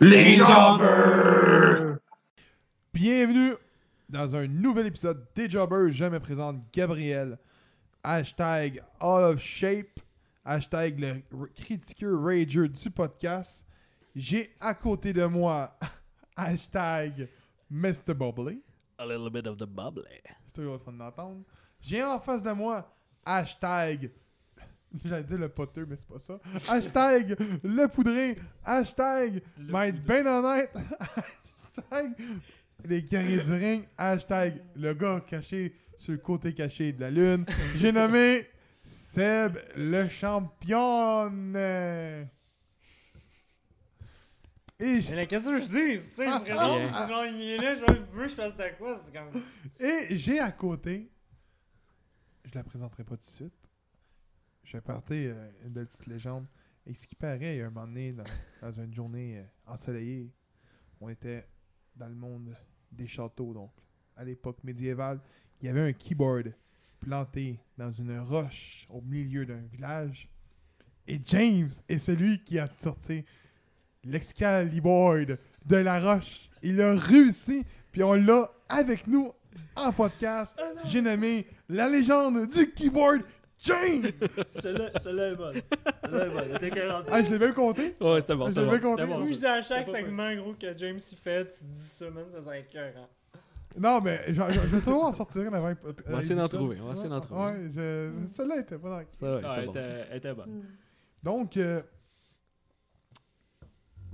Les Jobbers! Bienvenue dans un nouvel épisode des Jobbers. Je me présente Gabriel. Hashtag All of Shape. Hashtag le r- critiqueur rager du podcast. J'ai à côté de moi hashtag Mr. Bubbly. A little bit of the bubbly. C'est toujours le fun d'entendre. J'ai en face de moi hashtag J'allais dire le poteux, mais c'est pas ça. Hashtag le poudré. Hashtag m'être bien honnête. Hashtag les guerriers du ring. Hashtag le gars caché sur le côté caché de la lune. J'ai nommé Seb le champion. Et j- Mais qu'est-ce que je dis? Tu sais, Ah, je me présente, genre, il est là, je veux que je fasse de quoi? C'est comme. et j'ai à côté, je la présenterai pas tout de suite. Je vais partir euh, une belle petite légende. Et ce qui paraît, il y a un moment donné, dans, dans une journée euh, ensoleillée, on était dans le monde des châteaux, donc à l'époque médiévale, il y avait un keyboard planté dans une roche au milieu d'un village. Et James est celui qui a sorti l'Excalibur de la roche. Il a réussi, puis on l'a avec nous en podcast. Ah, J'ai nommé la légende du keyboard, James! Celle-là celle-là est bonne. Celle-là est bonne. Elle était 40. Ah, je l'ai bien compté? Ouais, c'était bon, Je c'était l'ai bon. bien compté. c'était bon. Oui, ça. c'est à chaque C'est pas segment, gros, que James y fait, tu dis ça, man, ça serait écœurant. Non, mais je, je- je vais toujours en sortir une avant. euh, On va essayer d'en l'épisode. trouver, on va essayer d'en trouver. Ouais, je, celle-là était pas dans- Ça, ouais, Ah, c'était elle bon. ça. était- elle était bonne. Donc, euh,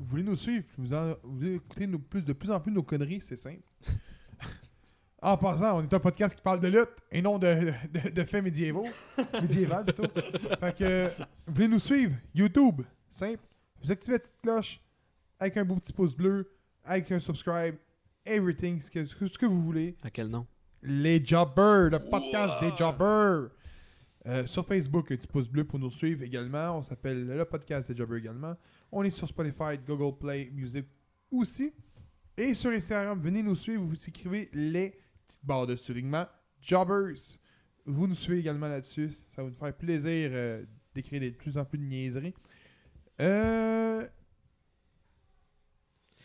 vous voulez nous suivre, vous, en- vous voulez écouter nos- plus, de plus en plus nos conneries, c'est simple. en passant, on est un podcast qui parle de lutte et non de, de, de faits médiévaux. Médiéval, plutôt. Fait que, vous voulez nous suivre, YouTube, simple. Vous activez la petite cloche avec un beau petit pouce bleu, avec un subscribe, everything, ce que, ce que vous voulez. À quel nom? Les Jobbers, le podcast des Jobbers. Euh, sur Facebook, un petit pouce bleu pour nous suivre également. On s'appelle le podcast des Jobbers également. On est sur Spotify, Google Play, Music aussi. Et sur Instagram, venez nous suivre. Vous écrivez les petites barres de soulignement Jobbers. Vous nous suivez également là-dessus. Ça va nous faire plaisir euh, d'écrire de plus en plus de niaiseries. Euh...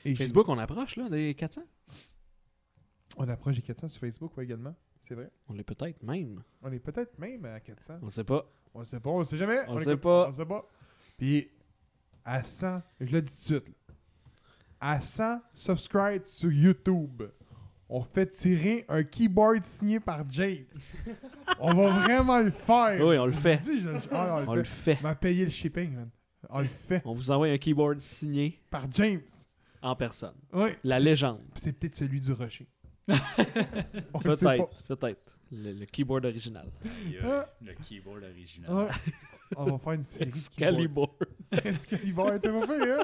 Et j'ai- Facebook, on approche, là, des 400? On approche des 400 sur Facebook ouais, également. C'est vrai. On l'est peut-être même. On est peut-être même à 400. On sait pas. On le sait pas, on le sait jamais. On le le sait pas. On le sait pas. Puis, à 100, je le dis tout de suite, là. à 100 subscribes sur YouTube, on fait tirer un keyboard signé par James. on va vraiment le faire. Oui, on le fait. Je dis, je- ah, On le fait. On m'a payé le shipping, man. On le fait On vous envoie un keyboard signé par James. en personne. Oui. La légende. C'est peut-être celui du rocher. on le sait pas. Peut-être, peut-être. Le, le keyboard original. Il y a Le keyboard original. Ah, Ouais. On va faire une série. de Excalibur. keyboards. Excalibur, t'es pas fait, hein?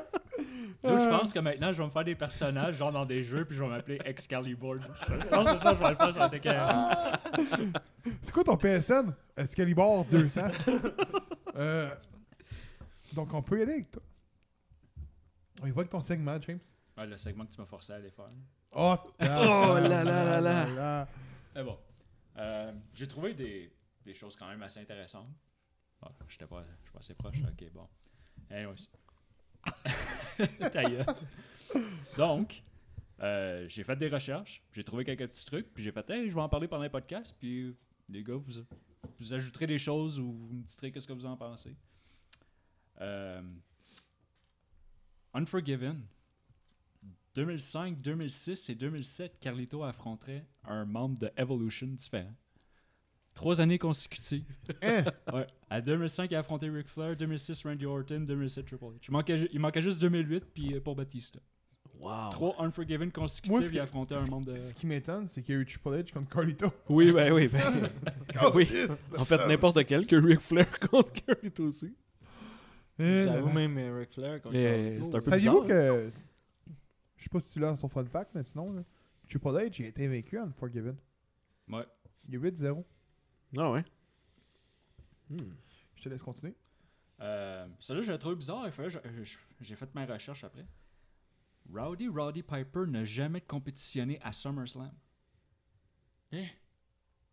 Là, je Euh, pense que maintenant, je vais me faire des personnages, genre dans des jeux, puis je vais m'appeler Excalibur. Je pense que c'est ça, je vais le faire sur le TKM. C'est quoi ton PSN? Excalibur 200. Euh, donc, on peut y aller avec toi. On y va avec ton segment, James. Ouais, le segment que tu m'as forcé à aller faire. Oh, là là là là. Mais Eh bon, Euh, j'ai trouvé des, des choses quand même assez intéressantes. Ah, j'étais pas, j'étais pas assez proche. Ok, bon. Anyways. Ta gueule. Donc, euh, j'ai fait des recherches, j'ai trouvé quelques petits trucs, puis j'ai fait, hey, je vais en parler pendant les podcasts, puis les gars, vous, vous ajouterez des choses ou vous me direz qu'est-ce que vous en pensez. Euh, Unforgiven. 2005, 2006 et 2007, Carlito affronterait un membre de Evolution différent. Trois années consécutives. Hein? Ouais. À 2005, il a affronté Ric Flair, 2006, Randy Orton, 2007, Triple H. Il manquait, ju- il manquait juste 2008 puis euh, pour Batista. Wow. Trois Unforgiven Ah Moi, consécutives, ce qui- il a affronté un membre de. Ce qui m'étonne, c'est qu'il y a eu Triple H contre Carlito. Oui, ben oui, ben. oui. Euh, En fait, n'importe quel que Ric Flair contre Kurt aussi. Eh là là. même euh, Ric Flair quand Eh, c'est un peu- Saviez-vous bizarre, que. Je sais pas si tu l'as dans ton fun fact, mais sinon, là, Triple H a été vaincu en Forgiven. Ouais. Il est 8-0. Ah ouais. Hmm. Je te laisse continuer. Euh, Celui-là, je l'ai trouvé bizarre. il fallait que je- je- J'ai fait ma recherche après. Rowdy Roddy Piper n'a jamais compétitionné à SummerSlam. Hein?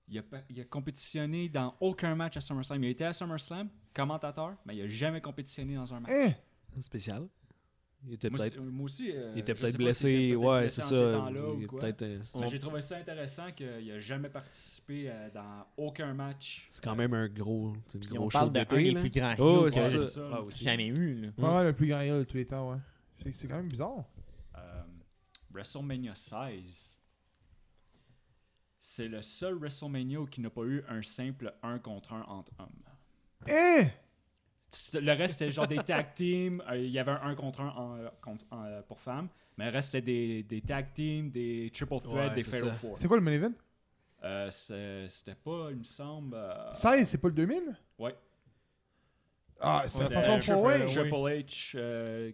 Il a, pas- il a compétitionné dans aucun match à SummerSlam. Il a été à SummerSlam, commentateur, mais il a jamais compétitionné dans un match. Hein? Spécial. Il était Moi, peut-être c'est- moi aussi. euh, il était je peut-être sais pas blessé. s'il était peut-être ouais, blessé c'est en ces ça. temps-là ou Il est quoi. peut-être, euh, Mais on- J'ai trouvé ça intéressant qu'il n'a jamais participé euh, dans aucun match. C'est quand même un gros, c'est une Puis on grosse parle chose d'un d'été. des là. plus grands Oh, heels c'est qu'on Ouais, ça. a c'est ça. Ah, aussi. jamais eu. Là. Ouais, ouais, le plus grand heel de tous les temps, ouais. C'est c'est quand même bizarre. Euh, WrestleMania 16. C'est le seul WrestleMania qui n'a pas eu un simple 1 contre 1 entre hommes. Hein? C'est- Le reste, c'est genre des tag teams. euh, Il y avait un 1 contre 1 en, euh, contre- en, euh, pour femmes. Mais le reste, c'est des, des tag teams, des triple threat, Ouais, des c'est fatal ça. four. C'est quoi le main event? Euh, c'est- C'était pas, il me semble. euh, 16, c'est pas le 2000? Ouais. Ah, c'est un C'était fantôme Triple, pour ouais. Triple H. euh,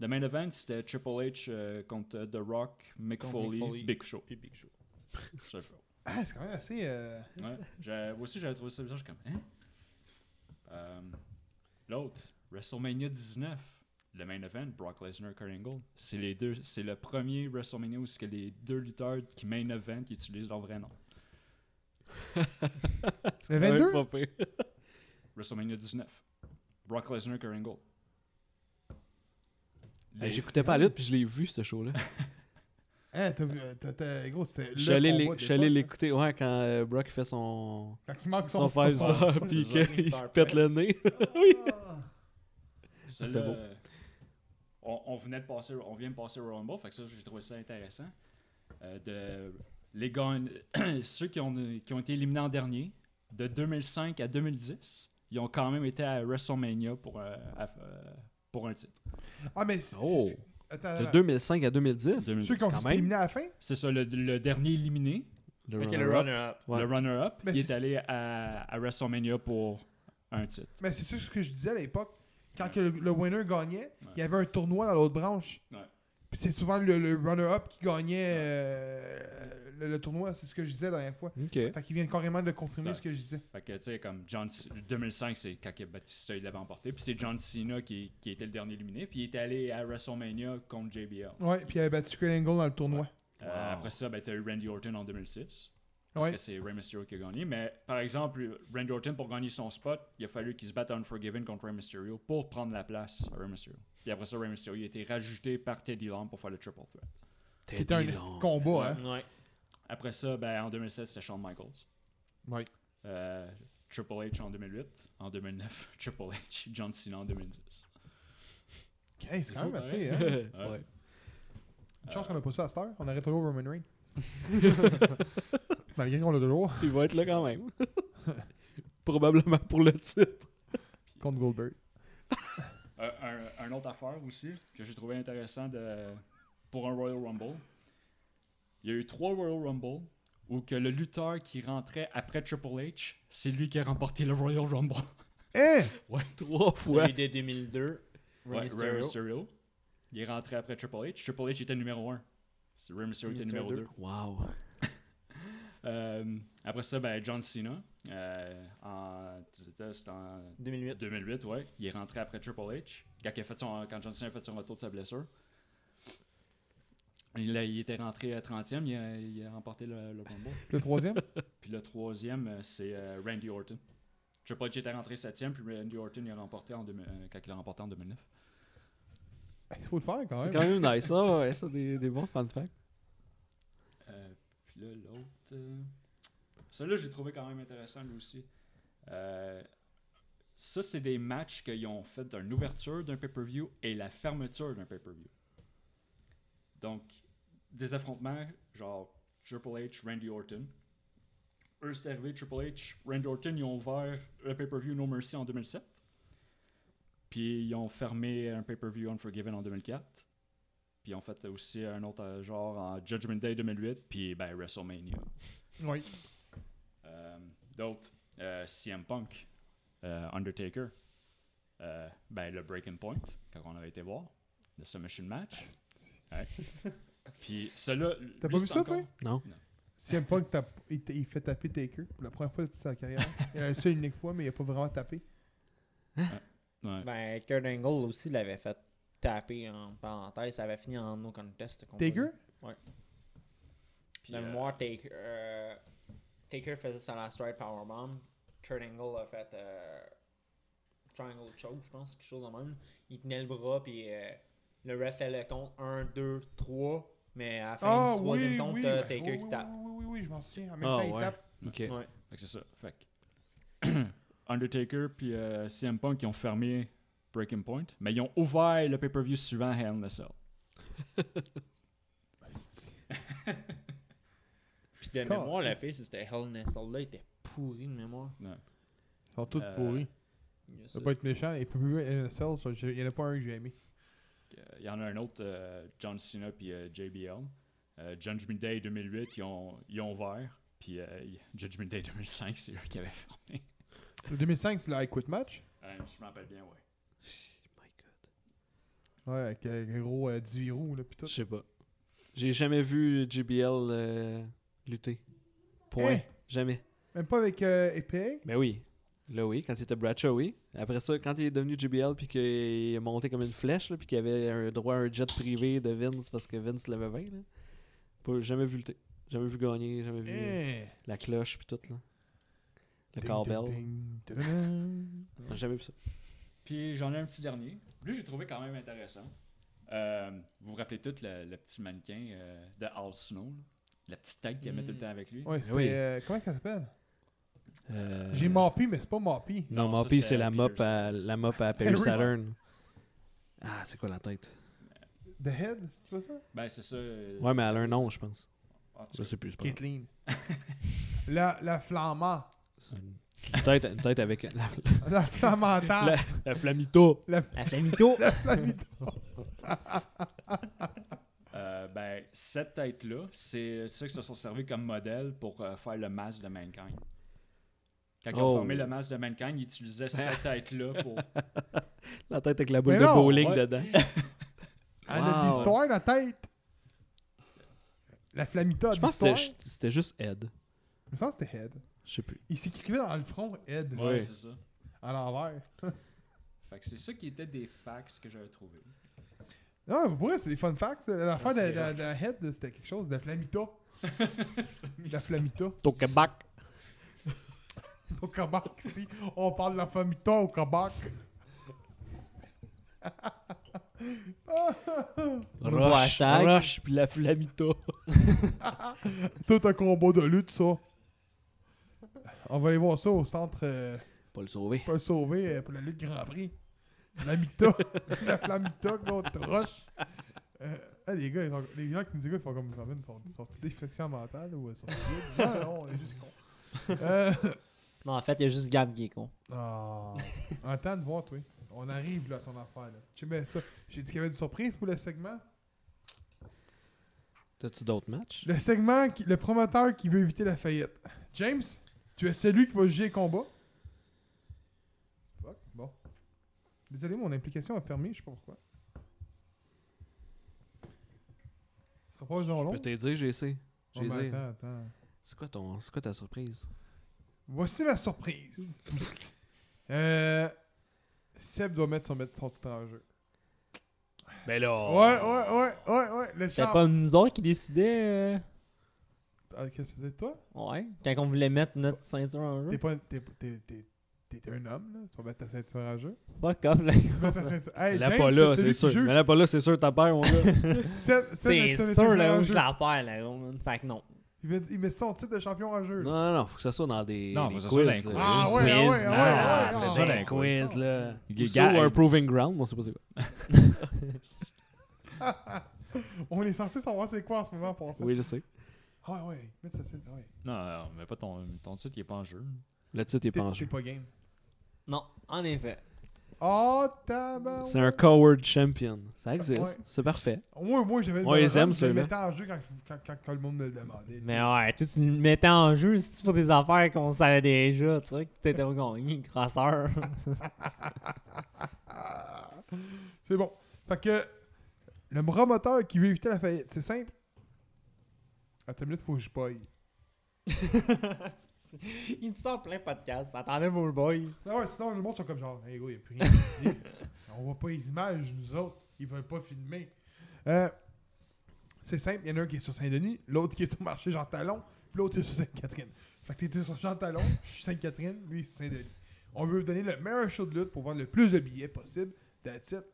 le main event, c'était Triple H euh, contre euh, The Rock, Mick Contre Mick Foley, Foley. Big Show. Puis Big Show. Je sais pas. Ah, c'est quand même assez. euh, Ouais, j'ai- moi aussi, j'avais trouvé ça bizarre. Je suis comme, hein? Euh, L'autre, WrestleMania 19, le main event, Brock Lesnar, Kurt Angle. C'est les deux, c'est le premier WrestleMania où c'est que les deux lutteurs qui main event qui utilisent leur vrai nom. Le 22? WrestleMania 19, Brock Lesnar, Kurt Angle. Les- Ben, J'écoutais pas la lutte, puis je l'ai vu, ce show-là. Hein, t'as vu. t'as- t'as- Gros, c'était. le Je suis allé combat l'é- des je suis allé fois, l'écouter, ouais, quand euh, Brock il fait son, Quand il manque son son, Ah. 5 star, puis qu'il se pète le nez. oui. Celle-là, C'est beau. euh, On, on venait de passer, on vient de passer au Rumble, fait que ça, j'ai trouvé ça intéressant. Euh, de les gagn- ceux qui ont, qui ont été éliminés en dernier, de 2005 à 2010, ils ont quand même été à WrestleMania pour, euh, à- euh, pour un titre. Ah, mais. c'est- Oh. c'est- Attends, De attends. 2005 à 2010. 2010. Ceux qui ont quand été même. éliminés à la fin? C'est ça, le, le dernier éliminé, Le Ok, le runner-up. runner-up. Ouais. le runner-up, Mais il est c'est- allé à, à WrestleMania pour un titre. Mais c'est sûr ce que je disais à l'époque. Quand que le, le winner gagnait, Ouais. il y avait un tournoi dans l'autre branche. Ouais. Puis c'est souvent le, le runner-up qui gagnait euh, le, le tournoi. C'est ce que je disais la dernière fois. Ok. Fait qu'il vient carrément de confirmer Ouais. ce que je disais. Fait que, tu sais, comme John C- 2005, c'est quand que Batista il l'avait emporté. Puis c'est John Cena qui, qui était le dernier éliminé. Puis il est allé à WrestleMania contre JBL. Ouais, puis il avait battu Kurt Angle dans le tournoi. Euh, Wow. après ça, ben, tu as eu Randy Orton en 2006. Parce Ouais. que c'est Rey Mysterio qui a gagné. Mais par exemple, Randy Orton, pour gagner son spot, il a fallu qu'il se batte à Unforgiven contre Rey Mysterio pour prendre la place à Rey Mysterio. Puis après ça, Rey Mysterio a été rajouté par Teddy Long pour faire le triple threat. Qui était un Teddy esti de Long. combat, hein. Ouais. Après ça, ben, en 2007, c'était Shawn Michaels. Ouais. Euh, Triple H en 2008. En 2009, Triple H. John Cena en 2010. Hey, c'est quand fou, même assez, hein. Ouais. Ouais. Une chance qu'on a pas ça à cette heure. On aurait toujours Roman Reigns. Malgré qu'on l'a toujours. Il va être là quand même. Probablement pour le titre. Contre Goldberg. Euh, un, un autre affaire aussi que j'ai trouvé intéressant de, pour un Royal Rumble. Il y a eu trois Royal Rumble où que le lutteur qui rentrait après Triple H, c'est lui qui a remporté le Royal Rumble. Hein? Trois fois. Celui de 2002. Rey Ouais, Mysterio. Rey Mysterio. Il est rentré après Triple H. Triple H était numéro 1. C'est Rey Mysterio était Mysterio numéro 2. Wow. après ça, ben, John Cena, euh, en, c'était en 2008. 2008, ouais. Il est rentré après Triple H. Quand, il a fait son, quand John Cena a fait son retour de sa blessure. Il, a- il était rentré à 30e, il a, il a remporté le, le Rumble. Le troisième? Puis le troisième, euh, c'est euh, Randy Orton. Triple H était rentré 7e, puis Randy Orton il a remporté en 2000, euh, quand il a remporté en 2009. Il faut le faire quand C'est même. quand même nice, ça. Ouais, ça, des, des bons fun facts. Euh, puis là, l'autre. euh, Celui-là, j'ai trouvé quand même intéressant, lui aussi. Euh, ça, c'est des matchs qu'ils ont fait d'une ouverture d'un pay-per-view et la fermeture d'un pay-per-view. Donc, des affrontements, genre Triple H, Randy Orton. Eux, c'est arrivé, Triple H, Randy Orton, ils ont ouvert le pay-per-view No Mercy en 2007. Puis, ils ont fermé un pay-per-view Unforgiven en 2004. Puis on fait aussi un autre euh, genre en Judgment Day 2008, puis ben, WrestleMania. Oui. Euh, D'autres, euh, CM Punk, euh, Undertaker, euh, ben, le Breaking Point, quand on avait été voir, le Submission Match. Ouais. puis celui-là. T'as lui, pas vu c'est ça, encore- toi? Non. CM Punk, tape- il, t- il fait taper Taker pour la première fois de sa carrière. Il a une seule unique fois, mais il a pas vraiment tapé. Ouais. Ben, Kurt Angle aussi l'avait fait taper en parenthèse. Ça avait fini en no contest. ce combat-là. Taker? Puis, De euh, mémoire, Taker, euh, Taker faisait son last ride powerbomb. Kurt Angle a fait euh, triangle choke, je pense, quelque chose de même. Il tenait le bras, puis euh, Le ref fait le compte 1, 2, 3. Mais à la fin Ah, du troisième oui, compte, oui, t'as ouais. Taker Oui, qui oui, tape. Oui, oui, oui, je m'en souviens. En même temps, Ah, ouais. il tape. Ok. Ouais. Fait que c'est ça. Fait que Undertaker puis euh, CM Punk, ils ont fermé Breaking Point, mais ils ont ouvert le pay-per-view suivant Hell in a Cell. Puis de Car- mémoire, la piste, c'était Hell in a Cell. Là, il était pourri de mémoire. Ils sont tous Euh, pourris. Il y a Ça ça. va pas être méchant. Et puis, NSL, ça, j'ai- il n'y en a pas un que j'ai aimé. Euh, Il y en a un autre, euh, John Cena puis euh, JBL. Euh, Judgment Day 2008, ils ont, ils ont ouvert. Puis euh, y- Judgment Day 2005, c'est eux qui avaient fermé. Le 2005, c'est le I Quit Match. Euh, je me rappelle bien, ouais. Ouais, avec euh, le gros euh, du roux, là, pis tout. Je sais pas. J'ai jamais vu JBL euh, lutter. Point. Hein? Jamais. Même pas avec euh, Épée. Ben oui. Là, oui, quand il était Bradshaw, oui. Après ça, quand il est devenu JBL, puis qu'il est monté comme une flèche, là, puis qu'il avait un droit à un jet privé de Vince parce que Vince l'avait vaincu, là. Pas- jamais vu lutter. Jamais vu gagner, jamais vu Hein? la cloche, puis tout, là. Le Ding, carbel. Eh. ding, ding, ding. J'ai jamais vu ça. Puis j'en ai un petit dernier. Lui, j'ai trouvé quand même intéressant. Euh, vous vous rappelez tout le, le petit mannequin euh, de Al Snow, là? la petite tête qu'il met Mm. tout le temps avec lui. Ouais, c'était. Eh oui. euh, comment qu'elle s'appelle Euh, J'ai Moppy, mais c'est pas Moppy. Non, Non, ça, Moppy, c'était c'est la Peter mop à, Saturn. la mop à Perry Henry Saturn. Ah, c'est quoi la tête? The Head, c'est pas ça Ben, c'est ça. euh, Ouais, mais elle a un nom, je pense. en tout Je cas. sais plus. c'est pas grave. Kathleen. la, la flamma. C'est une une tête, une tête avec la, La flammentale. La- la flamito. La flamito! Euh, ben, cette tête-là, c'est ceux qui se sont servis comme modèle pour euh, faire le masque de Mankind. Quand ils ont Oh. formé le masque de Mankind, ils utilisaient cette tête-là pour. La tête avec la boule Mais de non, bowling ouais. dedans. Elle a de Wow. l'histoire, la tête. La flamita a Je de pense que l'histoire. c'était- c'était juste Ed. Il me semble que c'était Head. Je sais plus. Il s'écrivait dans le front Head, Ouais, Ouais. c'est ça. à l'envers. Fait que c'est ça qui était des facts que j'avais trouvé. Non, mais pour vrai, c'est des fun facts. L'affaire de, c'est de, de Head, c'était quelque chose. De la flamita. la flamita. Au Québec. Au Québec, ici. On parle de la flamita au Québec. Nouveau Roche, hashtag. Roche, puis la flamita. Tout un combo de lutte, ça. On va aller voir ça au centre euh, Pas le sauver. Paul Sauvé euh, pour la lutte Grand Prix. La Mita. la Flamita contre Roche. Euh, ah, les, gars, ils sont- les gens qui nous écoutent font comme Robin, sont, sont tous des flexions mentales ou euh, sont non, non, on est juste cons. Euh, Non, en fait, il y a juste Gab qui est con. ah, en temps de voir, toi. On arrive là à ton affaire. Là. Tu sais bien ça. J'ai dit qu'il y avait une surprise pour le segment. T'as-tu d'autres matchs? Le segment, qui- le promoteur qui veut éviter la faillite. James, tu es celui qui va juger les combats. Fuck, bon. Désolé, mon implication a fermé, je sais pas pourquoi. Ça sera pas genre Je long. peux t'aider, dire, GC. Oh, mais GC. attends, attends. C'est quoi, ton... c'est quoi ta surprise? Voici ma surprise. euh, Seb doit mettre son, mettre son titre en jeu. Ben là. Ouais, ouais, ouais, ouais, ouais. Le C'était champ- pas nous autres qui décidait. euh, Ah, Qu'est-ce que tu faisais, toi? Ouais. Quand on voulait mettre notre ceinture en T'es jeu. pas un- t'es- t'es- t'es- t'es un homme, là. Tu vas mettre ta ceinture en jeu. Fuck off, là. Tu vas mettre ta ceinture- Hey, La James, pas là, t'es celui c'est qui sûr. juge. Mais la pas là, c'est sûr, ta père, mon gars. Seb- Seb met C'est son sûr, titre là, en où je jeu. la perds, là, gros, man. Fait que non. Il met, il met son titre de champion en jeu. Non, là. non, non, faut que ça soit dans des. Non, des faut que ça soit quiz, dans les là. quiz. Ah, ouais, Quiz, ah ouais, ah non, ouais, c'est ah ça, ouais, dans ah les quiz, là. Ou Ou ça, ça, ou ou un proving ground, bon, c'est pas c'est quoi. On est censé savoir c'est quoi en ce moment pour ça. Oui, je sais. Ah ouais, ouais, mets ça, c'est ça. Ouais. Non, non, mais pas ton, ton titre, il est pas en jeu. Le titre est pas en T'es- T'es jeu. pas game. Non, en effet. Oh, tabac. C'est un coward champion. Ça existe. Ouais. C'est parfait. Moi, moi j'avais On bonne les aime, raison, je le ceux-là. ah. mettais en jeu quand, je- quand, quand, quand le monde me le demandait. Mais ouais, toi, tu le mettais en jeu c'est pour des affaires qu'on savait déjà, tu sais, que t'étais au gagné, crosseur. C'est bon. Fait que le promoteur qui veut éviter la faillite, c'est simple. Attends une minute, faut que je paye. Il te sort plein podcast, attendez vos boys. Ah ouais, sinon le monde sont comme genre, hey gros, y a plus rien à dire. On voit pas les images, nous autres. Ils veulent pas filmer. Euh, c'est simple, il y en a un qui est sur Saint-Denis, l'autre qui est sur marché Jean-Talon, puis l'autre est sur Sainte-Catherine. Fait que t'es sur Jean-Talon, je suis Sainte-Catherine, lui c'est Saint-Denis. On veut vous donner le meilleur show de lutte pour vendre le plus de billets possible. That's it.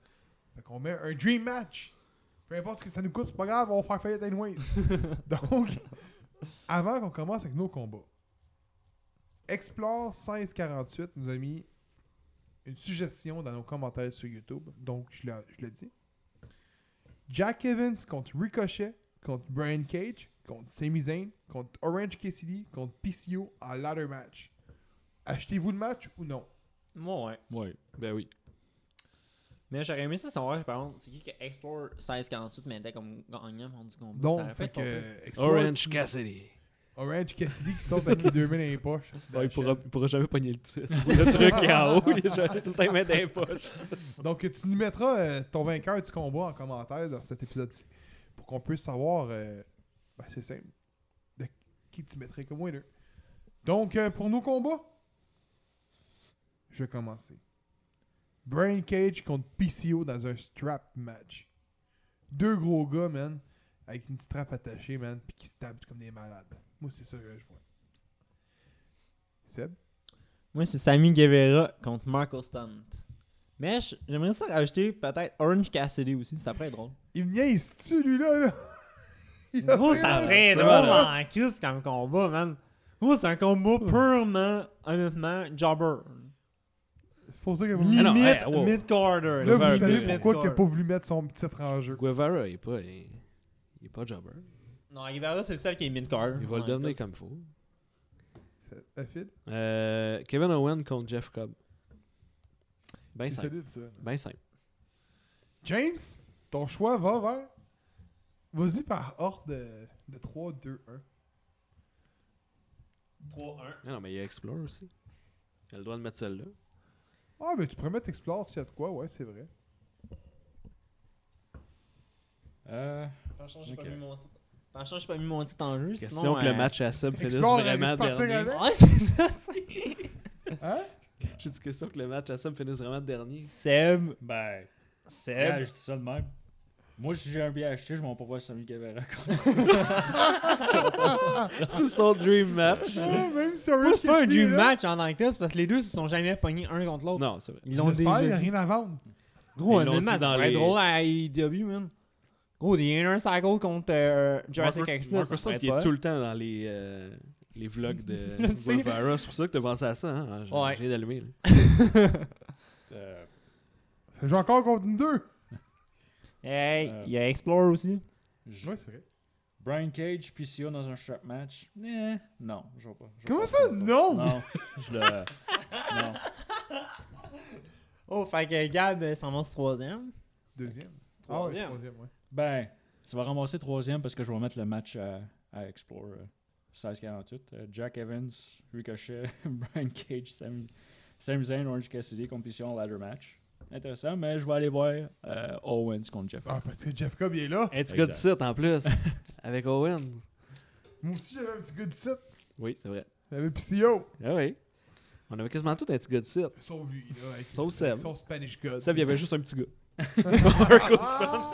Fait qu'on met un dream match. Peu importe ce que ça nous coûte, c'est pas grave, on va faire faillite anyway. Donc, avant qu'on commence avec nos combats, Explore 1648 nous a mis une suggestion dans nos commentaires sur YouTube. Donc, je le, je le dis. Jack Evans contre Ricochet, contre Brian Cage, contre Sami Zayn, contre Orange Cassidy, contre PCO en ladder match. Achetez-vous le match ou non? Moi, ouais. Oui. Ben oui. Mais j'aurais aimé ça savoir, par contre, c'est qui qui Explore 1648 mettait comme gagnant on dit qu'on Donc, fait que, Explore- Orange Cassidy. Orange Cassidy qui sort avec les 2000 dans les poches. Ouais, Ben, il, pourra, il pourra jamais pogner le titre. le truc est en haut, il est jamais tout le temps mettre dans les poches. Donc, tu nous mettras euh, ton vainqueur du combat en commentaire dans cet épisode-ci pour qu'on puisse savoir, euh, ben, c'est simple, de qui tu mettrais comme winner. Donc, euh, pour nos combats, je vais commencer. Brain Cage contre PCO dans un strap match. Deux gros gars, man, avec une strap attachée, man, puis qui se tapent comme des malades. Moi, c'est ça que je vois. Seb? Moi, c'est Sammy Guevara contre Marco Stunt. Mais je- j'aimerais ça rajouter peut-être Orange Cassidy aussi, ça pourrait être drôle. Il me niaise-tu, lui-là, là? Il a Gros, fait ça mal. serait ça drôle va, en crise comme combat, man. Gros, c'est un combo Hmm. purement, honnêtement, jobber. C'est pour ça que vous- Ah non, Limite hey, wow. mid-carder. Là, Guevara, vous savez Guevara. pourquoi qu'il n'a pas voulu mettre son titre en jeu. Guevara, il est pas, il, il est pas jobber. Non, Guevara, c'est le seul qui est mid-carder. Il va le donner comme il faut. Ça- ça file? Euh, Kevin Owen contre Jeff Cobb. Ben C'est simple. solide, ça. Ben simple. James, ton choix va vers. Vas-y par ordre de, de 3, 2, 1. 3-1. Ah non, mais il y a Explore aussi. Il a le droit de mettre celle-là. Ah, mais tu pourrais mettre Explore s'il y a de quoi, ouais, c'est vrai. Euh, Franchement, j'ai Ok. pas mis mon titre. Franchement, j'ai pas mis mon titre en jeu. Question sinon, que le euh, match à Seb finisse Explore, vraiment il partira dernier. avec. Ouais, c'est ça, c'est. Hein? J'ai dit question que le match à Seb finisse vraiment dernier. Seb. ben, yeah, Eh Seb. je dis ça de même. Moi, si j'ai un billet à acheter, je m'en pourvois Sammy Guevara. C'est son dream match. Ah, même si on Moi, c'est pas un dream match en tant que tel, c'est parce que les deux se sont jamais pognés un contre l'autre. Non, c'est vrai. Ils Il l'ont n'y a déjà dit. rien à vendre. Gros, Ils l'ont honnêtement, dit c'est dans pas les- drôle à AEW, man. Gros, des Inner Cycle contre euh, Jurassic Express. ça Marcus pourrait qui être pas. est tout le temps dans les, euh, les vlogs de Je le sais. Guevara. C'est pour ça que t'as pensé à ça. Hein? Ah, J'ai Ouais. j'ai d'allumer. là. Euh, Ça joue encore contre une 2. Ouais, Hey, Euh. il y a Explore aussi. je- c'est vrai. Brian Cage, PCO dans un strap match. Eh, non, je vois pas. je vois Comment pas ça, non? Non, je le. Non. Oh, fait que Gab euh, s'en va sur troisième. Deuxième. Ah, ouais, Troisième. troisième, ouais. Ben, tu vas ramasser troisième parce que je vais mettre le match à, à Explore euh, 16-48. Euh, Jack Evans, Ricochet, Brian Cage, Sami Sami Zayn, Orange Cassidy, compétition ladder match. Intéressant, mais je vais aller voir euh, Owens contre Jeff. Ah, parce que Jeff Cobb, il est là. Un petit gars de site en plus. avec Owen. Moi aussi, j'avais un petit gars de site. Oui, c'est vrai. J'avais PCO. Ah oui. On avait quasiment tout un petit gars de site. Sauf lui, là. Avec Sauf Seb. Sauf Spanish God. Seb, il y avait juste un petit gars. Ah!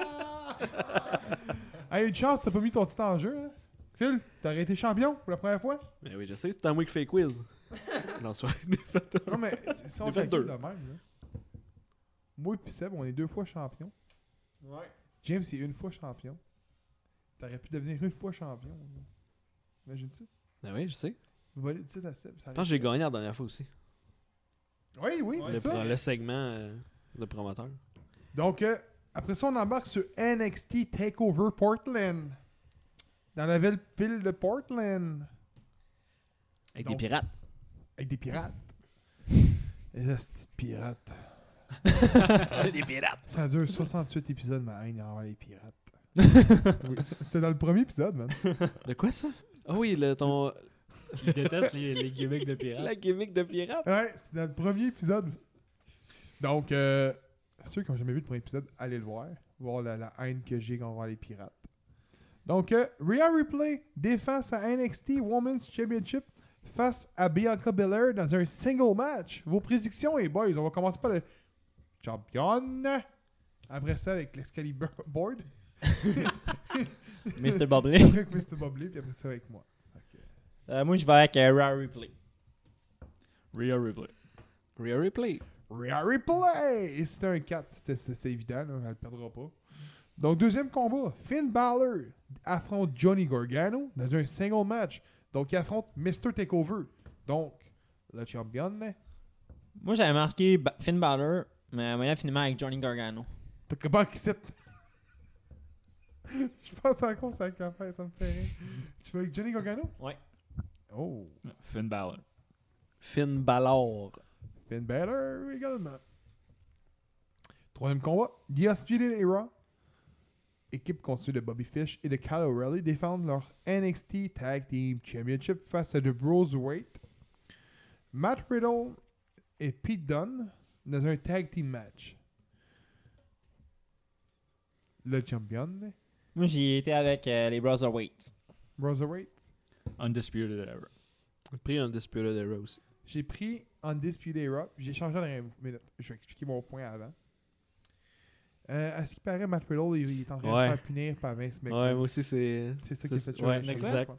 hey, Charles, t'as pas mis ton titre en jeu, hein? Phil, t'aurais été champion pour la première fois? Ben oui, je sais, c'est un week fait quiz. non, soit. Non, mais c'est- si on Il a fait calcule deux. de même, là. Moi et Seb, on est deux fois champion. Ouais. James, il est une fois champion. T'aurais pu devenir une fois champion. là. Imagine-tu? Ben oui, je sais. Voler le titre à Seb. ça Je aurait pense que j'ai été- gagné la dernière fois aussi. Oui, oui, le, c'est ça. dans le segment euh, de promoteur. Donc, euh, après ça, on embarque sur NXT TakeOver Portland. Dans la ville ville de Portland. Avec Donc- des pirates. Avec des pirates. Les hosties de pirates. des pirates. Ça dure 68 épisodes, ma haine envers les pirates. oui. C'était dans le premier épisode, man. De quoi ça? Ah oui, le, ton. Il déteste les, les gimmicks de pirates. La gimmick de pirate. Ouais, c'était dans le premier épisode. Donc, euh, ceux qui n'ont jamais vu le premier épisode, allez le voir. Voir la, la haine que j'ai envers les pirates. Donc, euh, Rhea Ripley défend sa NXT Women's Championship face à Bianca Belair dans un single match. Vos prédictions, les boys, on va commencer par le champion. Après ça, avec l'Excalibur Board. Mr. Bubbly. Après, avec Mr. Bobley, puis après ça, avec moi. Euh, moi, je vais avec euh, Rare Replay. Rhea Ripley. Rare Replay. Rhea Ripley! Et c'était un 4. C'était- C'était c'était évident, là, elle le perdra pas. Donc, deuxième combat. Finn Balor affronte Johnny Gargano dans un single match. Donc, il affronte Mr. Takeover. Donc, le champion. Moi, j'avais marqué Ba- Finn Balor, mais maintenant, finalement, avec Johnny Gargano. T'as que bon qui cite. Je pense encore ça avec l'affaire, ça me fait rire. Tu veux avec Johnny Gargano? Ouais. Oh. Finn Balor. Finn Balor. Finn Balor également. Troisième combat, The Undisputed Era, équipe constituée de Bobby Fish et de Kyle O'Reilly, défendent leur NXT Tag Team Championship face à The Bros Weight. Matt Riddle et Pete Dunne dans un Tag Team Match. Le champion, Moi, j'y étais avec euh, les Brotherweights. Bros Weight. Undisputed Era. J'ai pris un Disputed Era aussi. J'ai pris Undisputed Era, puis j'ai changé dans les minutes. Je vais expliquer mon point avant. Euh, à ce qui paraît, Matt Riddle, il, il est en train Ouais. de se faire punir par Vince McMahon. Ouais, moi aussi, c'est. c'est ça qui c'est- fait tuer ouais, la chose, exact. je crois.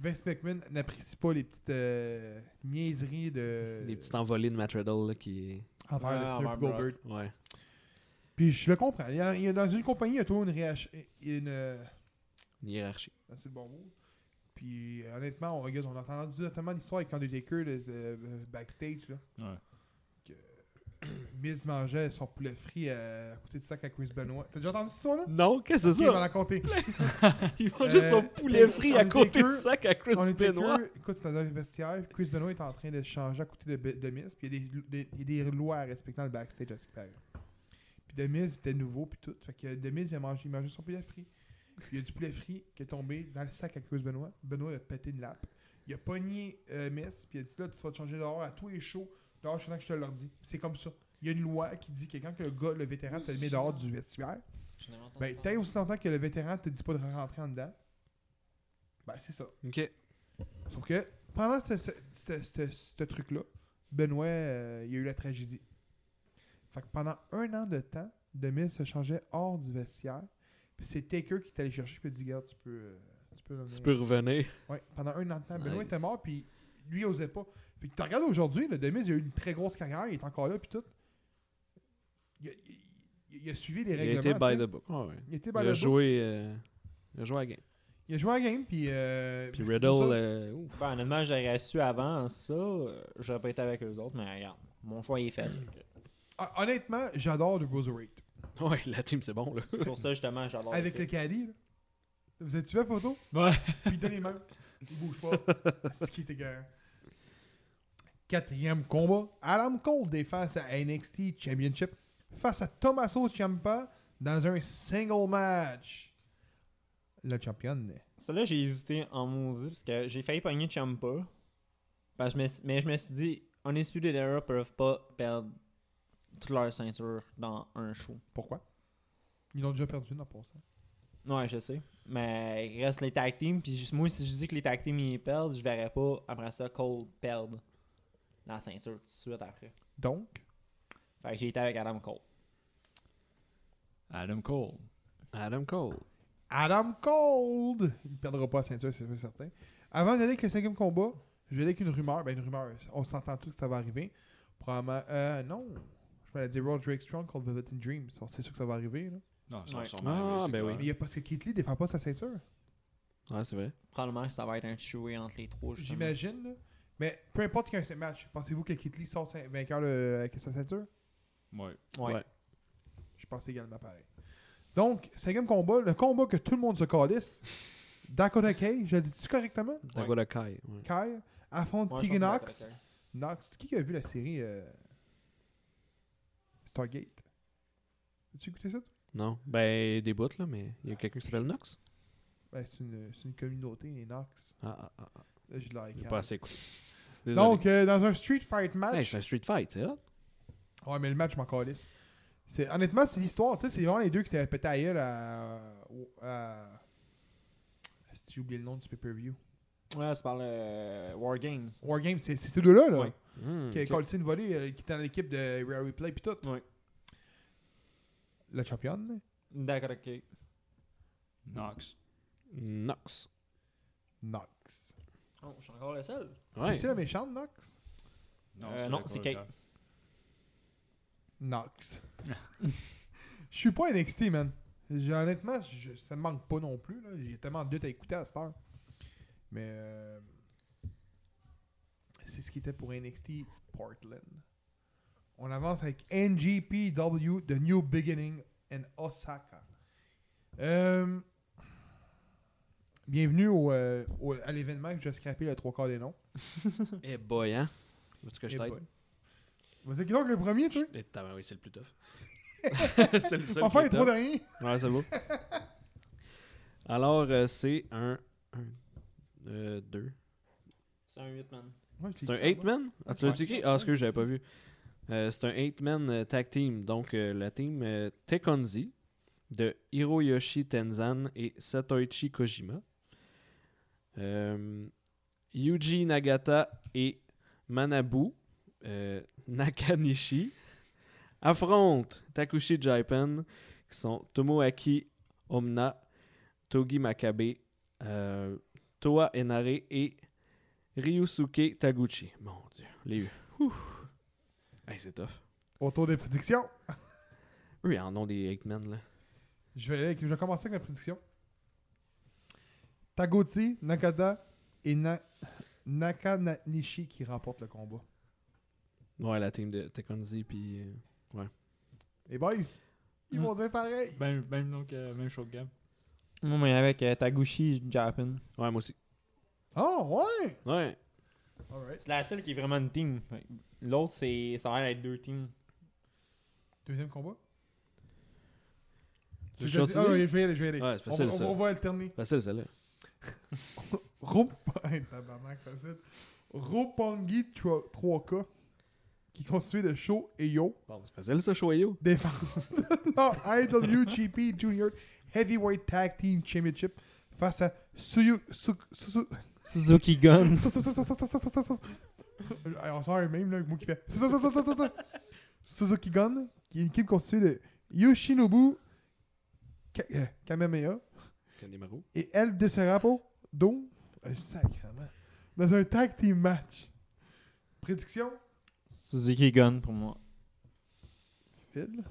Vince McMahon n'apprécie pas les petites euh, niaiseries de Les petites envolées de Matt Riddle là, qui. envers le Snoop Ah, envers Goldberg. Ouais. Puis je le comprends. Il y a, il y a- dans une compagnie, il y a toujours une réach... une euh, Une hiérarchie. Ah, C'est le bon mot. Puis euh, honnêtement, on, regarde, on a entendu notamment l'histoire avec Undertaker de, de- de backstage. Là, Ouais. que Miz mangeait son poulet frit à, à côté du sac à Chris Benoit. T'as déjà entendu cette histoire là? Non, qu'est-ce que Ok, c'est je vais ça? la compter. Ils ont juste son Euh, poulet frit à Undertaker- côté du sac à Chris Undertaker, Benoit. écoute, c'est dans un vestiaire. Chris Benoit est en train de se changer à côté de, Be- de Miz. Puis il y a des, des- il y a des lois respectant le backstage à ce qui paraît. Puis de Miz était nouveau, puis tout. Fait que de Miz, il a mangé, il mangeait son poulet frit. Puis il y a du poulet frit qui est tombé dans le sac à Chris Benoit. Benoit a pété une lappe. Il a pogné euh, Miz, puis il a dit là, tu vas te changer dehors à tous les shows. Dehors, je suis que je te leur dis. C'est comme ça. Il y a une loi qui dit que quand que le gars, le vétéran, te le met dehors du vestiaire, ben, tant et aussi longtemps que le vétéran te dit pas de rentrer en dedans, ben, c'est ça. Ok. Sauf que pendant ce- ce ce- ce- ce truc-là, Benoît, euh, il y a eu la tragédie. Fait que pendant un an de temps, Demi se changeait hors du vestiaire. Puis c'est Taker qui est allé chercher, puis il dit Garde, tu peux. euh, tu peux revenir. Tu peux revenir. Ouais, pendant un an de temps, Benoît Nice. était mort, puis lui, il osait pas. Puis tu regardes aujourd'hui, le Demise, il a eu une très grosse carrière, il est encore là, puis tout. Il a, il- il a suivi les Il a règlements. été by tu sais. the book. Ah, Ouais, ouais. Il était by Il a the book. joué. euh, Il a joué à la game. Il a joué à la game, puis. euh, Puis c'est Riddle. pour ça- euh, ouf. Ben, honnêtement, j'aurais su avant ça, euh, j'aurais pas été avec eux autres, mais regarde, mon choix est fait. Ah, Honnêtement, j'adore le Bruiserweight. Ouais, la team, c'est bon, là. C'est pour ça, justement, j'adore. Avec le Cali, là. Vous avez-tu vu la photo? Ouais. Puis il donne les mains. Il bouge pas. C'est ce qui est écœurant. Quatrième combat. Adam Cole défend sa NXT Championship face à Tommaso Ciampa dans un single match. Le champion. Ça, là, j'ai hésité en maudit parce que j'ai failli pogner Champa. Parce que je me suis- mais je me suis dit, Undisputed Era peuvent pas perdre toute leur ceinture dans un show. Pourquoi? Ils l'ont déjà perdu, non, pour ça. Ouais, je sais. Mais il reste les tag teams. Puis juste- moi, si je dis que les tag teams ils perdent, je verrais pas après ça Cole perdre la ceinture tout de suite après. Donc, Fait que j'ai été avec Adam Cole. Adam Cole. Adam Cole. Adam Cole! Il ne perdra pas la ceinture, c'est sûr et certain. Avant d'aller avec le cinquième combat, je vais aller avec une rumeur. Ben, une rumeur, on s'entend tous que ça va arriver. Probablement. Euh, non! Je m'allais dire Roderick Strong contre Velvet Dreams. On sait sûr que ça va arriver. Là. Non, ça Ouais. va sûrement Ah, arriver, ben c'est oui. Mais il y a parce que Keith Lee défend pas sa ceinture. Ouais, c'est vrai. Probablement que ça va être un choué entre les trois. justement. J'imagine. là. Mais peu importe qu'il y ait un seul match, pensez-vous que Keith Lee sort cin- vainqueur le- avec sa ceinture? clair. Ouais. Ouais. Ouais. Je pense également pareil. Donc, cinquième combat, le combat que tout le monde se calisse. Dakota Kai, je le dis-tu correctement? Dakota Kai. ouais. Kai affronte Mm. Ouais, je pense Tegan que c'est Knox. Dakota. Knox, qui a vu la série euh, Stargate As-tu écouté ça toi? Non. Ben, des bouts, là, mais il y a quelqu'un qui s'appelle Knox. ben, C'est une, c'est une communauté, les Knox. Ah, ah, ah, ah. Là, j'ai de la J'ai cave. pas assez écouté. Désolé. Donc, euh, dans un Street Fight match. Hey, c'est un street fight, c'est hot. Ouais, mais le match, je m'en calisse. C'est- Honnêtement, c'est l'histoire. Tu sais, c'est vraiment les deux qui s'est pété à gueule à. au- à- Si j'ai oublié le nom du pay-per-view. Ouais, c'est par le euh, War Games. Wargame, c'est c'est ces deux-là, là. Ouais. Hmm, Qui a ok. calissé une volée, euh, qui était dans l'équipe de Rare Replay, puis tout. Ouais. La championne. D'accord, ok. Knox. Knox. Knox. Oh, je suis encore le seul. Ouais. C'est-tu la méchante, Knox Euh, non, c'est Kate. Knox. Je suis pas NXT, man. J'ai- Honnêtement, je- ça me manque pas non plus. là. J'ai tellement de luttes à écouter à cette heure. Mais euh, c'est ce qui était pour NXT Portland. On avance avec NGPW, The New Beginning in Osaka. Euh, bienvenue au, euh, au- à l'événement que j'ai scrappé le trois quarts des noms. Eh boy, hein? Veux-tu que je Eh t'aide? boy. Vas-y, qui donc le premier, toi? Eh, tabarnak, oui, c'est le plus tough. c'est le seul Hein? Enfin, qui les trois est tough. derniers. Ouais, c'est beau. Alors, euh, c'est un... un euh, deux. C'est un 8 man. Ouais, je C'est l'ai un écrit en bas. 8-man? Ah, tu l'as Ouais. écrit? Ah, excuse, j'avais pas vu. Euh, c'est un 8-man euh, tag team. Donc, euh, la team euh, Tekkonzi de Hiroyoshi Tenzan et Satoichi Kojima. Euh, Yuji Nagata et Manabu euh, Nakanishi affrontent Takushi Jaipan, qui sont Tomoaki Omna, Togi Makabe, euh, Toa Enare et Ryusuke Taguchi. Mon Dieu, les Ouh. Hey, c'est tough. Autour des prédictions. Eux, ils en ont des 8 men, là. Je vais, je vais commencer avec la prédiction. Taguchi, Nakata et Na- Nakanishi qui remportent le combat. Ouais, la team de Tekonzi, puis... euh, Les boys, ils Mm. vont dire pareil. Même, même, donc, euh, même show de gamme. Moi, mais avec euh, Taguchi Japan. Ouais, moi aussi. Oh, ouais! Ouais. Alright. C'est la seule qui est vraiment une team. Fait que L'autre, c'est ça a l'air d'être deux teams. Deuxième combat. Tu veux Je vais continuer? dire- ah, oui, je vais y aller, je vais y aller. Ouais, c'est on, va- facile, on, ça. va- on va alterner. Facile, celle-là. Rup... Hey, tabarnak, facile. Roppongi 3K qui constitué de Sho et Yo. Bon, c'est facile, ça, Shoyo. défense non, IWGP Junior Heavyweight Tag Team Championship face à Suyu... Su, Su- Su- Suzuki Gun. Su- Su- Su- Su- Su- Su- Su- Su- Su- Euh, On sort un meme, là, avec moi qui fait... Su- Su- Su- Su- Su- Su- Suzuki Gun, qui est une équipe constituée de Yoshinobu Ka- euh, Kamehameha Kanemaru. et El Deserapo, dont un sacrement, dans un tag team match. Prédiction? Suzuki Gun pour moi. Phil?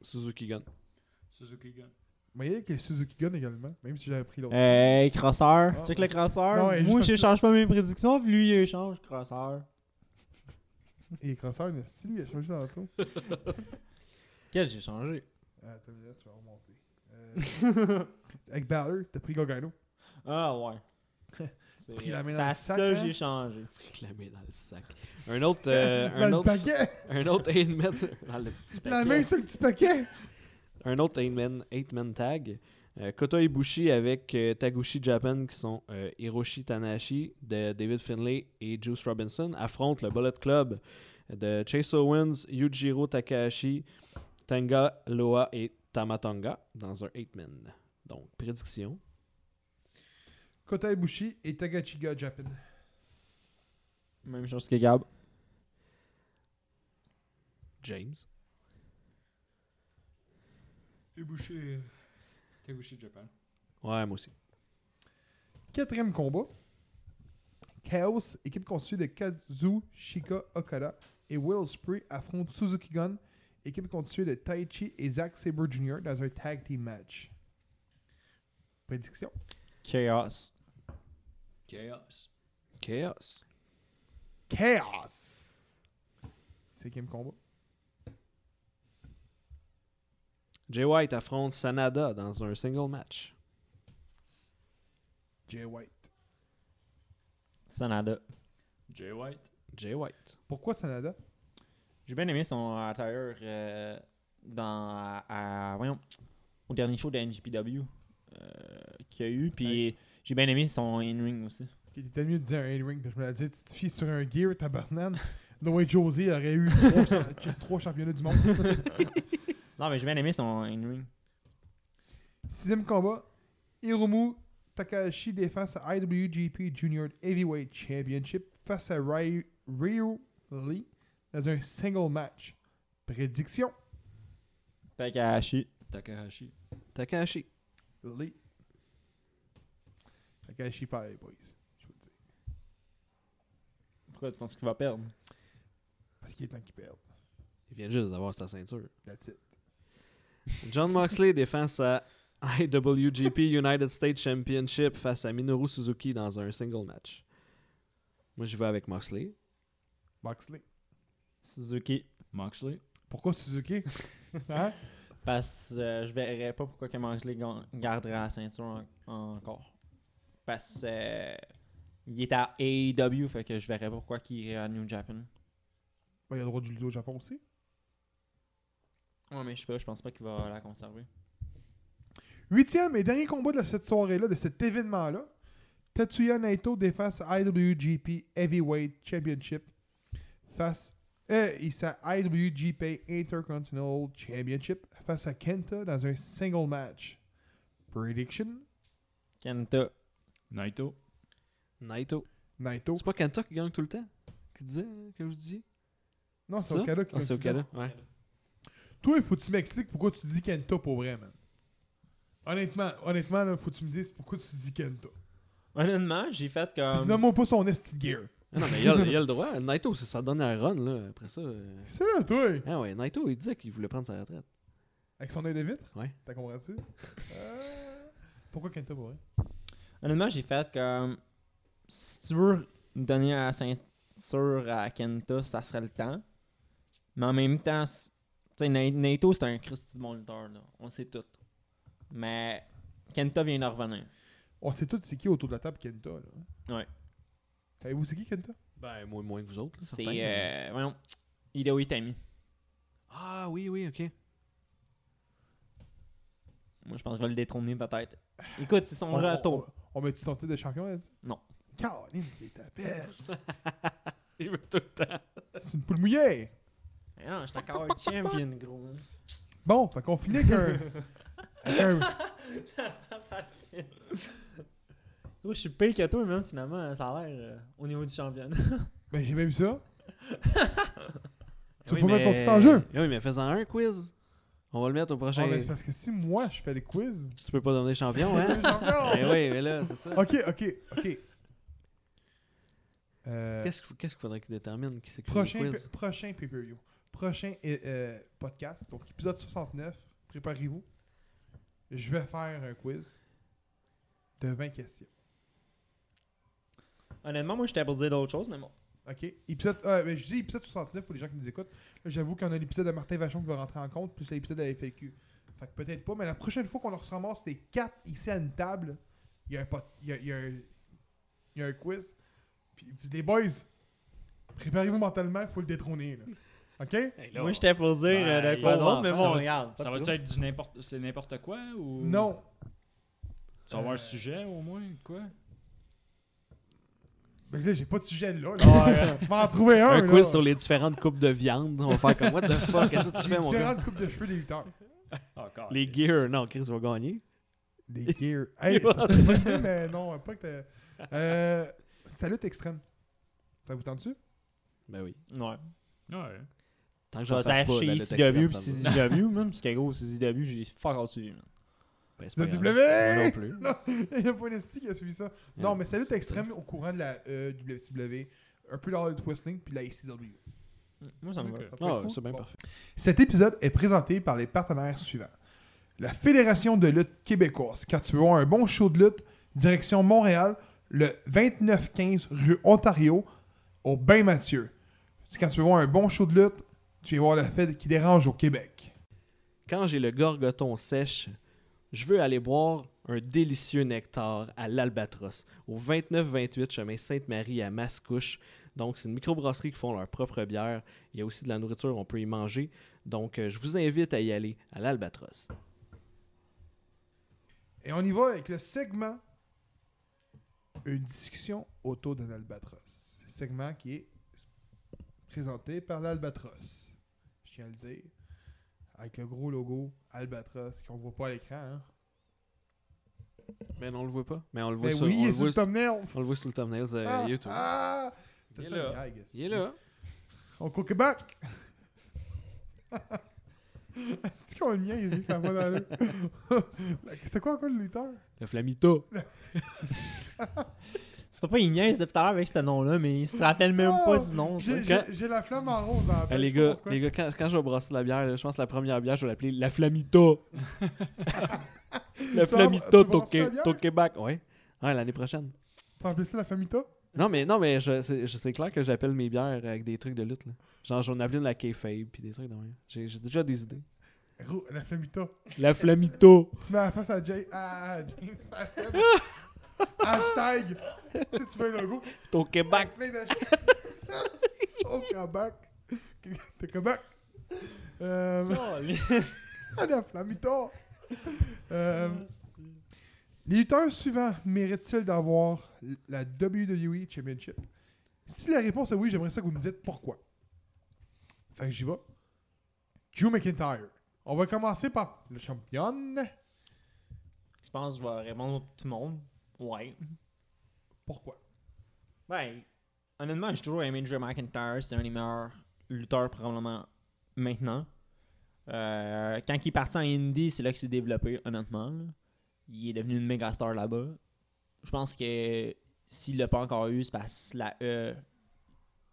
Suzuki Gun. Suzuki Gun. Vous voyez que Suzuki Gun également, même si j'avais pris l'autre. Hey, Euh, crosseur. Ah. Check le crosseur. Non, ouais, moi, juste je parce change pas mes prédictions, puis lui, il change crosseur. Et les crosseurs, il y en a six, lui, il a changé dans l'auto. Quel j'ai changé? Ah, Attends une minute, tu vas remonter. Euh, avec Balor, t'as pris Gargano. Ah, ouais. C'est Pris la main c'est dans le la sac, seule que hein? j'ai changé. Clamé dans le sac. Un autre... euh, dans un, le autre paquet! un autre 8-man... Dans le petit La paquet. main sur le petit paquet! un autre 8-man tag. Euh, Kota Ibushi avec euh, Taguchi Japan, qui sont euh, Hiroshi Tanahashi, de David Finlay et Juice Robinson, affrontent le Bullet Club de Chase Owens, Yujiro Takahashi, Tanga Loa et Tamatonga dans un 8-man. Donc, prédiction. Kota Ibushi et Tagachiga Japan. Même chose que Gab. James. Ibushi. Teguchi Japan. Ouais, moi aussi. Quatrième combat. Chaos, équipe constituée de Kazushika Okada et Will Spree affrontent Suzuki Gun, équipe constituée de Taichi et Zack Sabre Jr. dans un tag team match. Prédiction. Chaos. Chaos. Chaos. Chaos! Cinquième combat. Jay White affronte Sanada dans un single match. Jay White. Sanada. Jay White. Jay White. Pourquoi Sanada? J'ai bien aimé son intérieur euh, dans. à- à- voyons, au dernier show de NGPW euh, qu'il y a eu. Puis j'ai bien aimé son in-ring aussi. Il était mieux de dire un in-ring, parce que je me l'ai dit, tu te fies sur un gear, tabarnane. Noé José aurait eu trois, cha- trois championnats du monde. Non, mais j'ai bien aimé son in-ring. Sixième combat, Hiromu Takahashi défend sa IWGP Junior Heavyweight Championship face à Ryu Ryu Lee dans un single match. Prédiction, Takahashi. Takahashi. Takahashi. Lee. Takahashi perd les boys. je vous le dis. Pourquoi tu penses qu'il va perdre Parce qu'il est temps qu'il perde. Il vient juste d'avoir sa ceinture. That's it. John Moxley défend sa IWGP United States Championship face à Minoru Suzuki dans un single match. Moi, j'y vais avec Moxley. Moxley. Suzuki. Moxley. Pourquoi Suzuki Hein Parce que euh, je verrais pas pourquoi que Moxley ga- garderait la ceinture en- encore. Parce que euh, il est à AEW, fait que je verrais pas pourquoi qu'il irait à New Japan. Ben, Il y a le droit du judo au Japon aussi. Ouais, mais je sais pas, je pense pas qu'il va la conserver. Huitième et dernier combat de cette soirée-là, de cet événement-là. Tatsuya Naito défend sa IWGP Heavyweight Championship face euh, et sa IWGP Intercontinental Championship face à Kenta dans un single match. Prediction Kenta. Naito. Naito. Naito. C'est pas Kenta qui gagne tout le temps Qui disait, hein, que vous disiez Non, c'est ça? Okada qui Ah, gagne c'est tout le Okada, temps. ouais. Toi, il faut que tu m'expliques pourquoi tu dis Kenta pour vrai, man. Honnêtement, honnêtement, là, faut que tu me dises pourquoi tu dis Kenta. Honnêtement, j'ai fait Um, comme. Donne-moi pas son esti de gear. Ah non, mais il y, a le- il y a le droit. Naito, ça, ça donne un run, là. Après ça. euh, C'est là, toi. Ah ouais, Naito, il disait qu'il voulait prendre sa retraite. Avec son œil de vitre? Ouais. T'as compris-tu? Euh, Pourquoi Kenta pour vrai? Honnêtement, j'ai fait comme. Si tu veux donner la ceinture à Kenta, ça serait le temps. Mais en même temps, c- tu sais, Na- Naito, c'est un Christy de bon lutteur, là. On le sait tout. Mais Kenta vient de revenir. On sait tous c'est qui autour de la table Kenta. Là. Ouais. Savez-vous c'est qui Kenta? Ben, moins, moins que vous autres. là, C'est. certain, mais- Euh, voyons. Hideo Itami. Ah oui, oui, ok. Moi, je pense que je vais le détrôner peut-être. Écoute, c'est son retour. On, on met-tu ton titre de champion là-dessus? Non. Caroline, t'es ta belle. Il veut tout le temps. C'est une poule mouillée! Mais Non, je suis encore champion, gros. Bon, fait qu'on finit avec un... avec un- Gros, je suis pire que toi, man, finalement. Ça a l'air euh, au niveau du championnat. Ben, j'ai même vu ça. Tu Eh Oui, peux mettre ton mais- titre en jeu. Oui, mais fais-en un quiz. On va le mettre au Ah, prochain. ben, c'est parce que si moi, je fais les quiz... Tu peux pas donner champion, hein? champion! Eh oui, mais là, c'est ça. Ok, ok, ok. Euh, Qu'est-ce qu'il qu'est-ce qu'il faudrait qu'il détermine qui c'est qui fait le Prochain, quiz? pe- prochain pay-per-view. Prochain euh, euh, podcast. Donc, épisode 69. Préparez-vous. Je vais faire un quiz de 20 questions. Honnêtement, moi, j'étais pour dire d'autres choses, mais bon. OK? Épisode, euh, ben, je dis épisode 69 pour les gens qui nous écoutent. Là, J'avoue qu'on a l'épisode de Martin Vachon qui va rentrer en compte, plus l'épisode de la FAQ. Fait que peut-être pas, mais la prochaine fois qu'on se ramasse les 4 ici à une table, il y, a un pot- il y a- il y a un- il y a un quiz. Puis, puis les boys, préparez-vous mentalement, il faut le détrôner. Là. OK? Moi, j'étais pour dire euh, Ben, de quoi on va- d'autre, mais ça bon, va- regarde. Ça va-tu être du n'importe c'est n'importe quoi ou. Non, Tu vas avoir Euh, un sujet au moins, quoi Ben là, j'ai pas de sujet là. là. je vais en trouver un. Ah, Un là. quiz sur les différentes coupes de viande. On va faire comme, what the fuck, qu'est-ce que tu Les fais, mon gars? différentes coupes de cheveux des lutteurs. Encore. Les gears, non, Chris va gagner. Des gears. Hey, ça fait pas idée, mais non, pas que t'as- Euh, Salut extrême. Ça vous tente-tu? Ben oui. Ouais. Ouais. Tant que Je j'en vais passe aller pas, la chez lutte ICW extrême, pis ça me va. CZW, même, parce que gros, CZW, j'ai fuck all suivi, man. Ben, c'est pas grave. Moi non CW! plus. Non, il y a pas une esti qui a suivi ça. Non, mais Salut c'est- extrême au courant de la euh, WCW, un peu dans le Wrestling puis la ACW. Moi, ça me Ok. va. Ça fait Ah, cool? c'est bien Bon. parfait. Cet épisode est présenté par les partenaires suivants. La Fédération de lutte québécoise. Quand tu veux voir un bon show de lutte, direction Montréal, le 2915 rue Ontario, au Bain Mathieu. Quand tu veux voir un bon show de lutte, tu viens voir la Fed qui dérange au Québec. Quand j'ai le gorgoton sèche, je veux aller boire un délicieux nectar à l'Albatros, au 29-28 chemin Sainte-Marie à Mascouche. Donc, c'est une microbrasserie qui font leur propre bière. Il y a aussi de la nourriture, on peut y manger. Donc, euh, je vous invite à y aller à l'Albatros. Et on y va avec le segment Une discussion autour d'un albatros. Segment qui est présenté par l'albatros. Je tiens à le dire. Avec le gros logo Albatros qu'on voit pas à l'écran. hein. Mais non, on le voit pas. Mais on le voit Ben sur, oui, on il le est sur voit le sur- thumbnail. on le voit sur le thumbnail de Ah, YouTube. ah! T'as Il est ça, le là. gag, Il est là. On court au Québec. Est-ce qu'on le mien, il dit ça va dans le. Euh, C'était quoi encore le lutteur? Le flamito. C'est pas pas il niaise depuis tout à l'heure avec ce nom-là, mais il se rappelle même Oh, pas du nom. tu J'ai sais. j'ai- j'ai la flamme en rose dans la Eh, tête, les je sais gars, pas pourquoi. les gars quand, quand je vais brasser de la bière, là, je pense que la première bière, je vais l'appeler la Flamita. la Flamita tu brasses la bière? au Québec. Ouais, ouais l'année prochaine. Tu vas appeler ça la famita? Non, mais, non, mais je, c'est, je- c'est clair que j'appelle mes bières avec des trucs de lutte. Là. Genre, j'en appelle une la K-Fabe puis des trucs de même. J'ai, j'ai déjà des idées. Ro- La famita. La Flamito. Tu mets la face à, Jay, à à James à Seb. Hashtag. Tu sais, tu veux un logo. au Québec. Plein de- Au Québec. T'es Québec. Euh, la flamita. Euh, les lutteurs suivants méritent-ils d'avoir la WWE Championship? Si la réponse est oui, j'aimerais ça que vous me dites pourquoi. Fait que j'y vais. Drew McIntyre. On va commencer par le champion. Je pense que je vais répondre pour tout le monde. Ouais. Pourquoi? Ben, honnêtement, j'ai toujours aimé Drew McIntyre. C'est un des meilleurs lutteurs probablement maintenant. Euh, quand il est parti en Indie, c'est là qu'il s'est développé, honnêtement. là. Il est devenu une méga star là-bas. Je pense que s'il l'a pas encore eu, c'est parce que la E,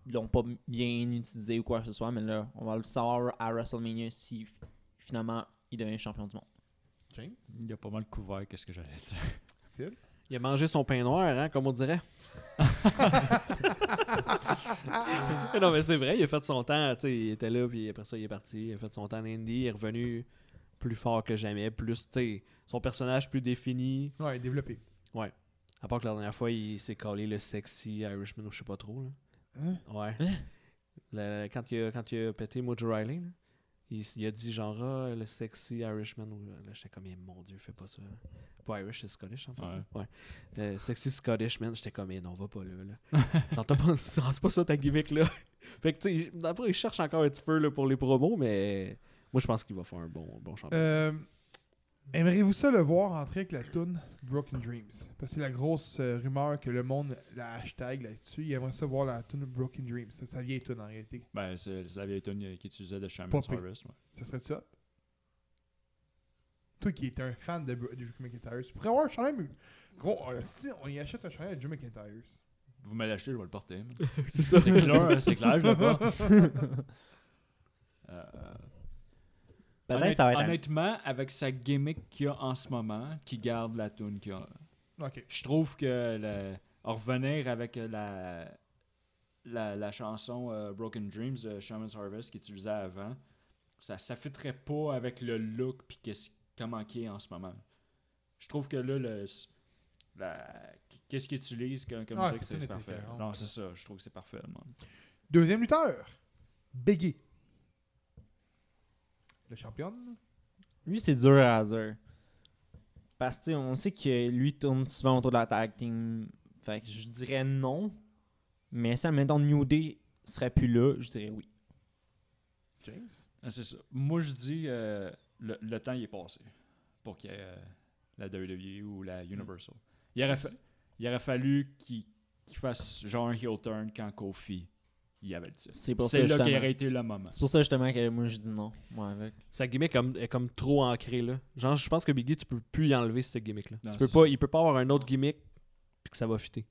ils l'ont pas bien utilisé ou quoi que ce soit. Mais là, on va le savoir à WrestleMania si finalement il devient champion du monde. James? Il a pas mal couvert, qu'est-ce que j'allais dire. Il a mangé son pain noir, hein, comme on dirait. Mais non, mais c'est vrai, il a fait son temps. tu sais, Il était là, puis après ça, il est parti. Il a fait son temps en Indie. Il est revenu plus fort que jamais. Plus, tu sais, son personnage plus défini. Ouais, développé. À part que la dernière fois, il s'est collé le sexy Irishman ou je sais pas trop. Là. Hein? Ouais. Le- quand, il a, quand il a pété Mojo Riley, là, il, s- il a dit genre Ah, le sexy Irishman. ou- Là, j'étais comme, Eh, mon dieu, fais pas ça. là. Pas Irish, c'est Scottish en fait. Ouais. là. Ouais. Le sexy Scottish man, j'étais comme, Eh, non, va pas là. là. genre, t'as pas, c'est pas ça ta gimmick là. fait que tu sais, il- après, il cherche encore un petit peu là, pour les promos, mais moi, je pense qu'il va faire un bon, bon champion. Euh, Aimeriez-vous ça le voir entrer avec la toune Broken Dreams? Parce que c'est la grosse euh, rumeur que le monde la hashtag là-dessus. Il aimerait ça voir la toune Broken Dreams. C'est sa vieille toune en réalité. Ben, c'est c'est la vieille tune qu'il utilisait de Shaman Pas pire. Harvest. ouais. Ça serait ça? Toi qui es un fan de, Bro- de Drew McIntyre, tu pourrais avoir un chandail. mais- Gros, on, si on y achète un chandail à Drew McIntyre. Vous me l'achetez, je vais le porter. mais- c'est ça. C'est clair, c'est clair, je le porte. Euh, Peut-être que ça va être un- Honnêtement, avec sa gimmick qu'il y a en ce moment, qui garde la tune qu'il y a. Ok. Je trouve que le, en revenir avec la, la, la chanson euh, Broken Dreams de Shaman's Harvest qu'il utilisait avant, ça ne s'affiterait pas avec le look puis qu'est-ce- comment qu'il est en ce moment. Je trouve que là, le, la- qu'est-ce qu'il utilise comme, comme Ah, musique, c'est c'est c'est tout parfait. écœurant. Non, c'est ça, je trouve que c'est parfait. moi. Deuxième lutteur, Biggie. Le champion? Lui, c'est dur à dire. Parce que tu sais, on sait que lui tourne souvent autour de la tag team. Fait que je dirais non. Mais si, admettons, New Day serait plus là, je dirais oui. James? Ah, C'est ça. Moi, je dis, euh, le, le temps il est passé pour qu'il y ait euh, la WWE ou la Mm. Universal. Il, aurait fa- il aurait fallu qu'il qu'il fasse genre un heel turn quand Kofi il avait le titre. C'est pour ça, C'est là justement. qu'il aurait été le moment. C'est pour ça, justement, que moi, je dis non. Moi, avec. Sa gimmick comme, est comme trop ancrée là. Genre, je pense que Biggie, tu peux plus y enlever cette gimmick là. Non, Tu peux c'est pas, ça. il peut pas avoir un autre gimmick puis que ça va fitter.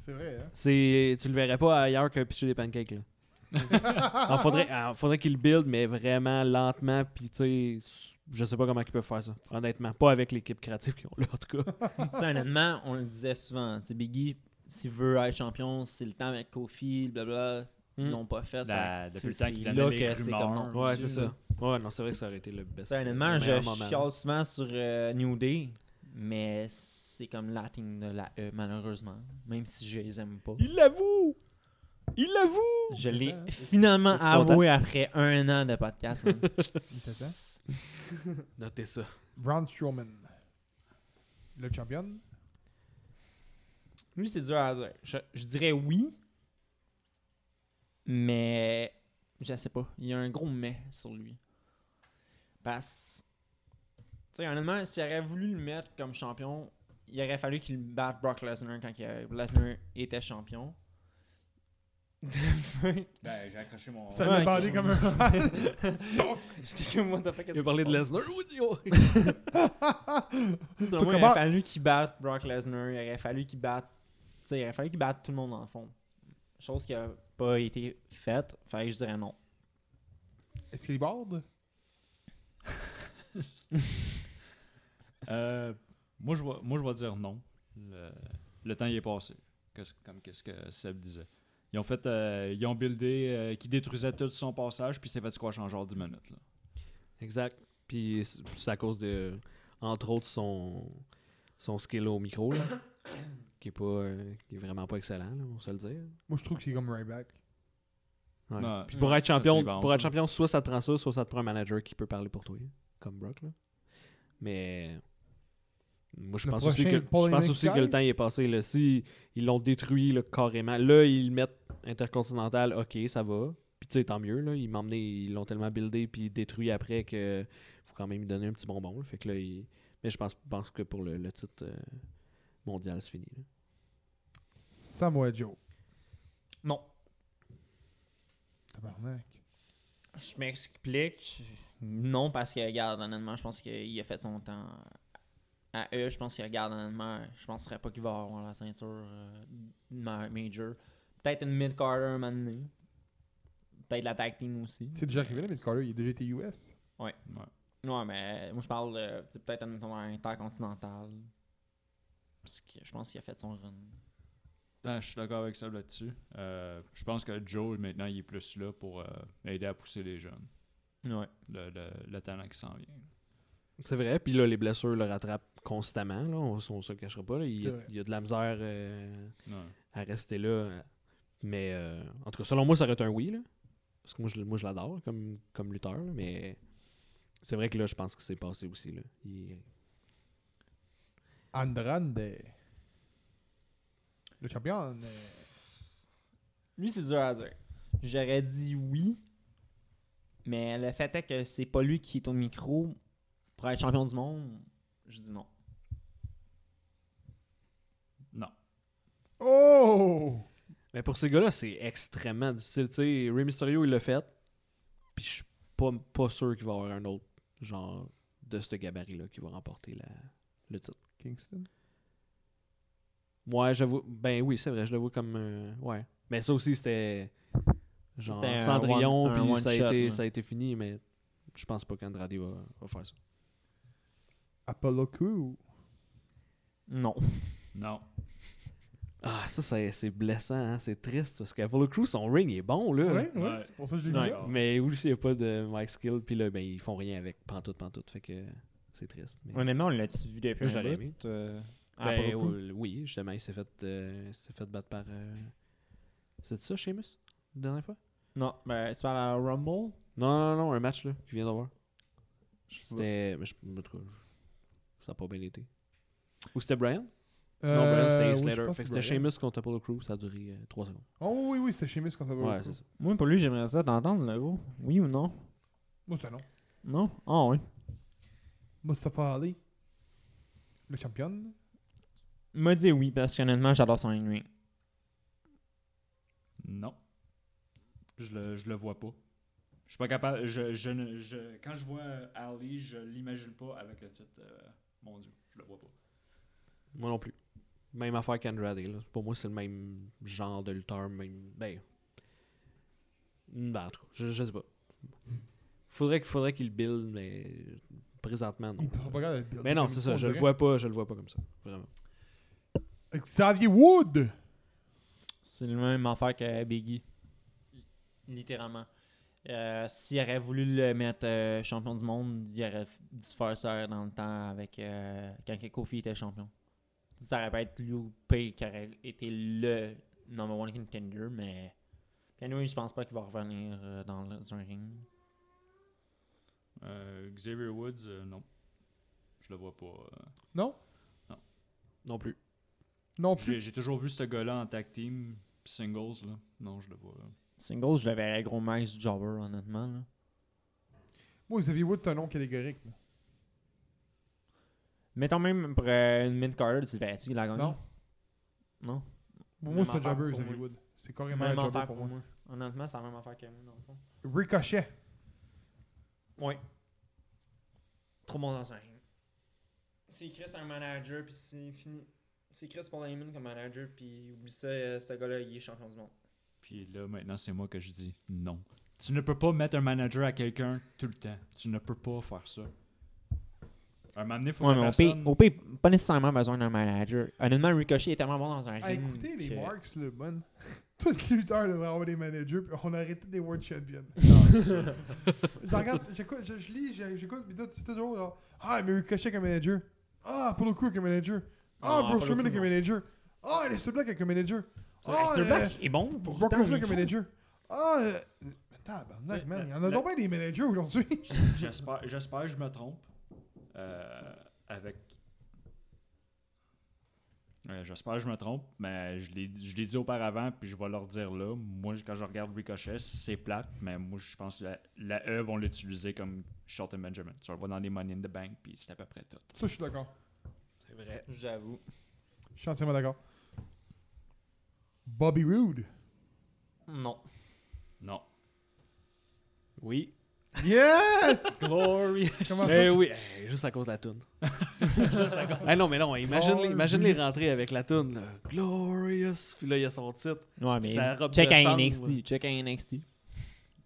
C'est vrai, hein? C'est, tu le verrais pas ailleurs que pitcher des pancakes là. Alors, faudrait, alors, faudrait qu'il le build mais vraiment lentement puis tu sais, s- je sais pas comment ils peuvent faire ça. Honnêtement, pas avec l'équipe créative qu'ils ont là en tout cas. Tu sais, honnêtement, on le disait souvent. Tu sais, Biggie, s'il veut être champion, c'est le temps avec Kofi, blablabla. Ils Hmm. l'ont pas fait. Fait que, La- depuis tu sais, le temps qu'il c'est donnait là les que c'est rumeurs. comme non. Ouais, c'est ça. Ouais, non, c'est vrai que ça aurait été le best. Tu sais, Ben, honnêtement, le je meilleur moment, là. chiale souvent sur euh, New Day, mais c'est comme la team de la E, malheureusement. Même si je les aime pas. Il l'avoue. Il l'avoue. Je l'ai Content. finalement T'es-tu content? avoué après un an de podcast. man. Il était temps. Notez ça. Braun Strowman. Le champion? Lui, c'est dur à dire. Je, je dirais oui, mais je sais pas. Il y a un gros mais sur lui. Parce. Tu sais, honnêtement, s'il aurait voulu le mettre comme champion, il aurait fallu qu'il batte Brock Lesnar quand il a- Lesnar était champion. Ben, j'ai accroché mon. Ça Ouais, m'a ok. parlé comme un J'étais comme, what the fuck, Il a parlé de Lesnar. Tu sais, selon Tout moi, il comment- aurait fallu qu'il batte Brock Lesnar, il aurait fallu qu'il batte. tu sais, Il aurait fallu qu'il batte tout le monde dans le fond. Chose qui n'a pas été faite, fait que je dirais non. Est-ce qu'il est borde? Euh, moi, je vais, moi, je vais dire non. Le, le temps y est passé. Qu'est-ce- comme qu'est-ce que Seb disait. Ils ont fait, euh, ils ont buildé, euh, qui détruisait tout son passage, puis s'est fait squash en genre 10 minutes. là. Exact. Puis c'est c'est à cause de, entre autres, son, son skill au micro, là, qui, est pas, euh, qui est vraiment pas excellent, là, on se le dire. Moi, je trouve qu'il est comme Ryback. Ouais. Non, Puis pour être champion, Ça, c'est bon, pour être ça. champion, soit ça te prend ça, soit ça te prend un manager qui peut parler pour toi, hein, comme Brock. Là. Mais moi, je Le pense aussi que prochain Paul je pense Heyman aussi que le Cage? temps est passé. Là. Si ils l'ont détruit là, carrément, là ils le mettent intercontinental, ok, ça va. Puis tu sais, tant mieux. Là, ils m'ont emmené- ils l'ont tellement buildé puis détruit après que faut quand même lui donner un petit bonbon. là. Fait que là, il- mais je pense, pense que pour le, le titre euh, mondial, c'est fini. là. Samoa Joe. Non. Tabarnak. Je m'explique. Non, parce que, regarde, honnêtement, je pense qu'il a fait son temps à eux. Je pense qu'il regarde, honnêtement, je penserais pas qu'il va avoir la ceinture euh, ma- major. Peut-être une mid-carter un moment donné. Peut-être la tag team aussi. C'est déjà arrivé, là, mais Carter, il a déjà été US. Ouais. Ouais, mais moi, je parle euh, tu sais, peut-être admettons, un intercontinental. Parce que je pense qu'il a fait son run. Ah, je suis d'accord avec Seb là-dessus. Euh, je pense que Joe, maintenant, il est plus là pour euh, aider à pousser les jeunes. Ouais. Le, le, le talent qui s'en vient. C'est vrai, puis là, les blessures le rattrapent constamment, là, on, on se le cachera pas. là. Il, y a, C'est vrai. il y a de la misère euh, Ouais. à rester là. Mais euh, en tout cas, selon moi, ça aurait été un oui. Là, parce que moi, je, moi, je l'adore comme, comme lutteur, là, mais c'est vrai que là, je pense que c'est passé aussi. Là. Il- Andrade. Le champion. euh, Lui, c'est dur à dire. J'aurais dit oui, mais le fait est que c'est pas lui qui est au micro pour être champion du monde. Je dis non. Non. Oh! Mais pour ces gars-là, c'est extrêmement difficile. Tu sais, Rey Mysterio, il l'a fait, puis je suis pas, pas sûr qu'il va y avoir un autre genre de ce gabarit-là qui va remporter la, le titre. Kingston. Ouais, j'avoue. Ben oui, c'est vrai, je le vois comme. euh, ouais. Mais ça aussi, c'était. Genre C'était un Cendrillon, one- un puis one ça, a shot, été- ouais. ça a été fini, mais je pense pas qu'Andrade va, va faire ça. Apollo Crew. Non. Non. Ah, ça, ça- c'est blessant, hein, c'est triste, parce qu'Apollo Crew, son ring est bon, là. Ah Ouais. Pour ça, je l'ai Ouais. mis là. Mais aussi, il n'y a pas de Mike Skill, puis là, ben, ils font rien avec Pantoute, Pantoute, fait que c'est triste. mais- Honnêtement, on l'a-tu vu depuis Moi, je l'aurais aimé. euh, à Ben, Apollo Crews? oui, oui, justement, il s'est fait, euh, il s'est fait battre par. euh, C'est ça, Sheamus, la dernière fois Non, ben, tu parles à Rumble? Non, non, non, un match, là, qu'il vient d'avoir. Je sais pas. C'était. Mais je, en tout cas, je- ça n'a pas bien été. Ou c'était Brian Euh, Non, Brian, c'était oui, je Slater. pense Fait que que c'était Brian. Sheamus contre Apollo Crew, ça a duré 3 secondes. Oh oui, oui, c'était Sheamus contre Apollo ouais, Crew. c'est ça. Moi, pour lui, j'aimerais ça t'entendre, là, gros. Oui ou non? Moi, c'était non. Non? Ah oui. Mustafa Ali. Le champion. M'a dit oui, parce que honnêtement, j'adore son ring. Non. Je le, je le vois pas. Je suis pas capable. Je, je, ne- je- quand je vois Ali, je l'imagine pas avec le titre. euh, mon Dieu, je le vois pas. Moi non plus. Même affaire qu'Andrade. là. Pour moi, c'est le même genre de lutteur. Même... Ben. Ben, en tout cas, je, je sais pas. Faudrait, qu'il- faudrait qu'il build, mais présentement, non. Il peut pas regarder le build. Mais non, c'est ça. Je le vois pas, je le vois pas comme ça. Vraiment. Xavier Wood. C'est le même affaire que Biggie. Littéralement. Euh, S'il aurait voulu le mettre euh, champion du monde, il aurait f- dû se faire ça dans le temps avec euh, quand que Kofi était champion. Ça aurait pas été loupé qui aurait été le number one contender, mais. Puis anyway, je pense pas qu'il va revenir euh, dans le dans un ring. Euh, Xavier Woods, euh, non. Je le vois pas. euh. Non? Non plus. Non plus. J'ai j'ai toujours vu ce gars-là en tag team, singles, là. Non, je le vois. euh, Singles, je le verrais gros Max Jobber, honnêtement. là. Moi, Xavier Wood, c'est un nom catégorique. là. Mettons même pour euh, une mid-carter, tu le verrais-tu qu'il a gagné Non. Non. Pour moi, Même c'est un affaire jobber, pour Xavier moi. Wood. C'est carrément un jobber pour moi. Honnêtement, c'est la même affaire que moi, dans le fond. Ricochet. Ouais. Trop bon dans un ring. c'est Chris un manager, puis c'est fini. C'est Chris Paul Heyman comme manager, puis oublie ça, euh, ce gars-là, il est champion du monde. Puis là, maintenant, c'est moi que je dis non. Tu ne peux pas mettre un manager à quelqu'un tout le temps. Tu ne peux pas faire ça. Un moment donné, faut que la personne... au pire, pas nécessairement besoin d'un manager. Honnêtement, Ricochet est tellement bon dans un Ah, écoutez, les Marks, le bon. Tous les lutteurs devraient avoir des managers, puis on aurait tous des World Champions. je regarde, j'écoute, je, je lis, je- j'écoute, puis tout, c'est toujours genre Ah, mais Ricochet comme manager. Ah, Apollo Crew comme manager. Ah, Non, Bruce Apollo Strowman Crew, comme non. manager. Ah, Lester Black comme manager. Ah, euh, est bon pour Brock Lesnar comme manager. Ah, euh, tabarnak, Tu- man. Il y en le- a donc bien des managers aujourd'hui. J'espère j'espère que je me trompe. Euh, avec. Euh, J'espère que je me trompe, mais je l'ai je l'ai dit auparavant, puis je vais leur dire là. Moi, quand je regarde Ricochet, c'est plate, mais moi, je pense que la, la E vont l'utiliser comme Shelton Benjamin. Tu le vois dans les Money in the Bank, puis c'est à peu près tout. Ça, je suis d'accord. C'est vrai. J'avoue. Je suis entièrement d'accord. Bobby Roode. Non. Non. Oui. Yes! Glory! Comment ça? Eh oui, eh, juste à cause de la toune. ah non, mais non, imagine, les- imagine les rentrées avec la toune. là. Glorious. Puis là, il y a son titre. Ouais, mais Sa robe check de à chambre. NXT. Check à NXT.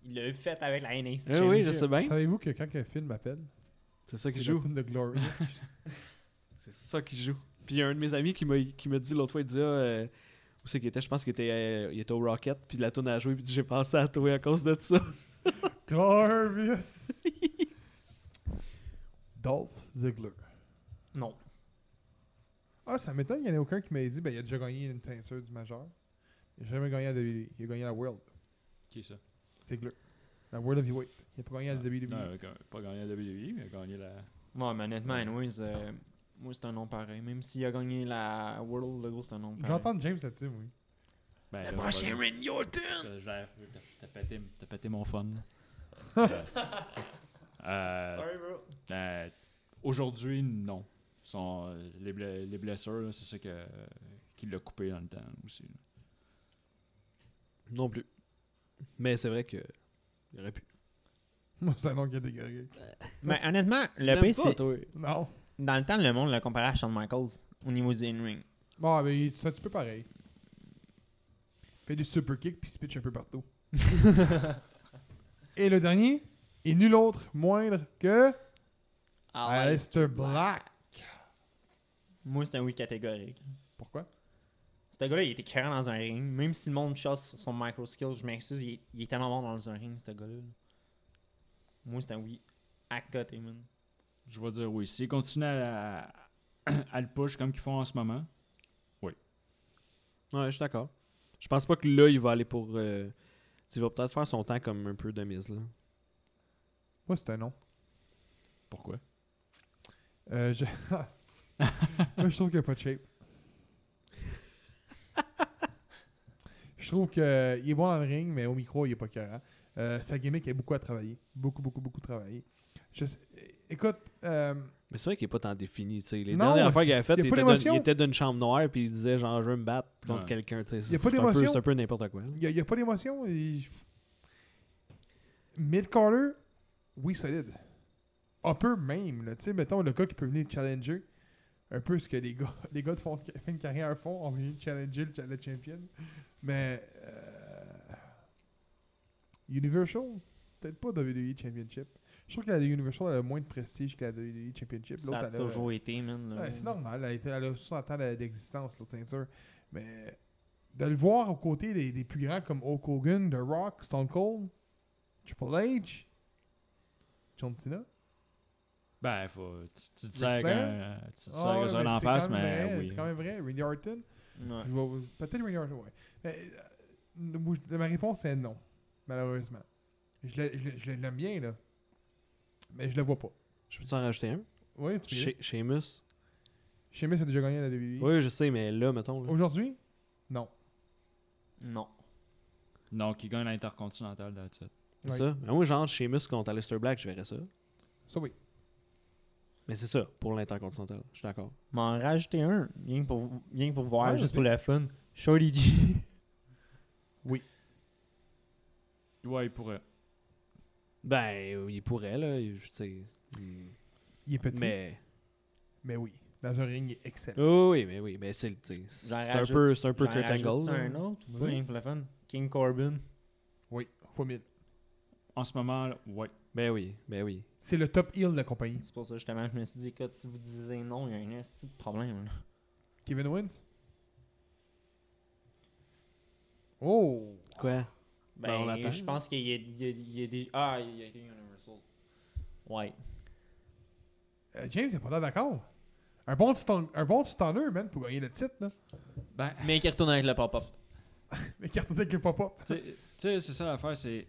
Il l'a fait avec la NXT. Eh oui, je sais bien. Savez-vous que quand un film appelle, C'est ça c'est qu'il la joue. tune de Glory. C'est ça qu'il joue. Puis il y a un de mes amis qui m'a qui m'a dit l'autre fois, il dit ah, euh, où c'est qu'il était Je pense qu'il était, euh, il était au Rocket. Puis la toune a joué. Puis il dit, j'ai pensé à toi à cause de ça. Glorious! Dolph Ziggler. Non. Ah, ça m'étonne qu'il n'y en ait aucun qui m'ait dit ben, il a déjà gagné une teinture du majeur. Il n'a jamais gagné à WWE. Il a gagné à la World. Qui ça? Ah. Ziggler. La World Heavyweight. Il n'a pas gagné à E. la WWE. Non, il a ga- pas gagné la WWE, E, mais il a gagné la. Ouais, mais honnêtement, anyways, euh, moi, c'est un nom pareil. Même s'il a gagné la World, le gros, c'est un nom pareil. J'entends James là-dessus, oui. Ben, là, Le je vais prochain dire- Randy Orton! Euh, j'avais- T'as pété, t'as pété mon fun. Euh, Sorry, bro. Euh, Aujourd'hui, non. Son, euh, les, ble- les blessures, là, c'est ça que, euh, qui l'a coupé dans le temps aussi. là. Non plus. Mais c'est vrai que. Il aurait pu. Moi, c'est un nom catégorique. Mais honnêtement, Tu le l'aimes pire, pas, c'est. toi. Non. Dans le temps, le monde l'a comparé à Shawn Michaels au niveau du in-ring. Bon, mais il- c'est un petit peu pareil. Il fait des super kicks puis il se pitch un peu partout. Et le dernier est nul autre, moindre que Ah Aleister Black. Moi, c'est un oui catégorique. Pourquoi Ce gars-là, il était carré dans un ring. Même si le monde chasse sur son micro skill, je m'excuse, il, est- il est tellement bon dans un ring, ce gars-là. Moi, c'est un oui à côté, man. Je vais dire oui. S'ils continuent à, à le push comme qu'ils font en ce moment, Ouais, je suis d'accord. Je pense pas que là, il va aller pour. euh, il va peut-être faire son temps comme un peu de mise, là. Moi, c'est un nom. pourquoi Euh, je... Moi, je trouve qu'il n'y a pas de shape. je trouve qu'il est bon dans le ring, mais au micro, il n'est pas carré. Euh, sa gimmick est beaucoup à travailler. Beaucoup, beaucoup, beaucoup travaillé. Je sais- Écoute, euh, Mais c'est vrai qu'il est pas tant défini, tu sais. Les Non, dernières fois qu'il c'est- avait fait, y a il pas était, dans- d'émotion. il était d'une chambre noire, puis il disait, genre, je veux me battre contre Ouais. quelqu'un, tu sais. Y a pas c'est un peu- d'émotion. C'est un peu n'importe quoi. là. il n'y a, pas d'émotion. il- Mid-Carter, oui, solide. Un peu même. Là. Tu sais, Mettons le gars qui peut venir challenger. Un peu ce que les gars, les gars de fond- fin de carrière font. On vient challenger le, le champion. Mais. euh, Universal, peut-être pas WWE Championship. Je trouve que la Universal elle a moins de prestige que la WWE Championship. Ça a L'autre, elle a- toujours été, man. le- Ouais, c'est normal. Elle, était- elle a 60 ans de- d'existence, l'autre ceinture. Mais de le voir aux côtés des, des plus grands comme Hulk Hogan, The Rock, Stone Cold, Triple H, John Cena. Ben, faut, tu, tu dis Ric ça avec un, Flair? euh, tu dis ça Ah avec ouais, un mais en c'est face, quand même mais vrai, oui. C'est quand même vrai. Randy Orton. Ouais. Je vais- Peut-être Randy Orton, ouais. Mais, euh, moi, je- ma réponse est non, malheureusement. Je l'ai- je l'ai- je l'aime bien, là. Mais je le vois pas. Je peux-tu en rajouter un? Oui, tu peux. Chez Seamus? Sheamus a déjà gagné la WWE. Oui, je sais, mais là, mettons. là. Aujourd'hui, non. Non. Non, qui gagne l'Intercontinental, là, tu sais. C'est Ouais. ça. Mais moi, genre, Seamus contre Aleister Black, je verrais ça. Ça, oui. Mais c'est ça, pour l'Intercontinental. Je suis d'accord. M'en rajouter un, rien que pour, rien que pour voir, Ouais, juste vas-y. pour le fun. Shorty G. Ouais, il pourrait. Ben, il pourrait, là. il- Tu sais. il- Il est petit. Mais. Mais oui, dans un ring, il est excellent. Oui, oui, mais oui, mais c'est le- tu sais, c'est un peu, c'est un peu Kurt Angle. là. un autre, Oui. oui, pour le fun. King Corbin. Oui, fois mille. En ce moment, là, ouais. Ben oui, ben oui. C'est le top heel de la compagnie. C'est pour ça justement que je me suis dit, écoute, si vous disiez non, il y a un esti de problème. là. Kevin Owens? Oh! Quoi? Ben, Ben, on attend, je là. pense qu'il y a, il y a- il y a des. Ah, il y a été Universal. Ouais. Euh, James, il pas l'air d'accord. Un bon petit ton- un bon petit tonneur, man, pour gagner le titre, là. Ben, Mais qui retourne avec le pop-up. Mais carton avec le pop-up. tu sais, tu sais, c'est ça l'affaire, c'est.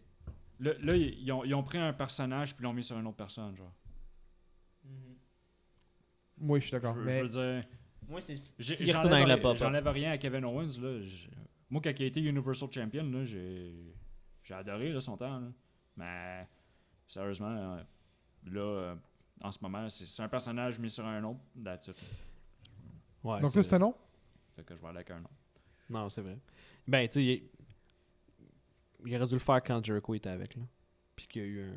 Là, là, ils ils ont, ils ont pris un personnage puis l'ont mis sur une autre personne, genre. Mm-hmm. Oui, je suis Je, d'accord. veux- Mais je veux dire. Moi, c'est. J'ai- S'il retourne avec le J'enlève pop-up. j'enlève rien à Kevin Owens. Là, J'ai- moi, quand il a été Universal Champion, là, j'ai j'ai adoré là, son temps. là. Mais sérieusement, euh, là, euh, en ce moment, c'est c'est un personnage mis sur un autre. That's it. Ouais, donc c'est là, c'est un nom? Fait que je vais aller avec un autre. Non, c'est vrai. Ben, tu sais, il... il aurait dû le faire quand Jericho était avec, là. Puis qu'il y a eu un...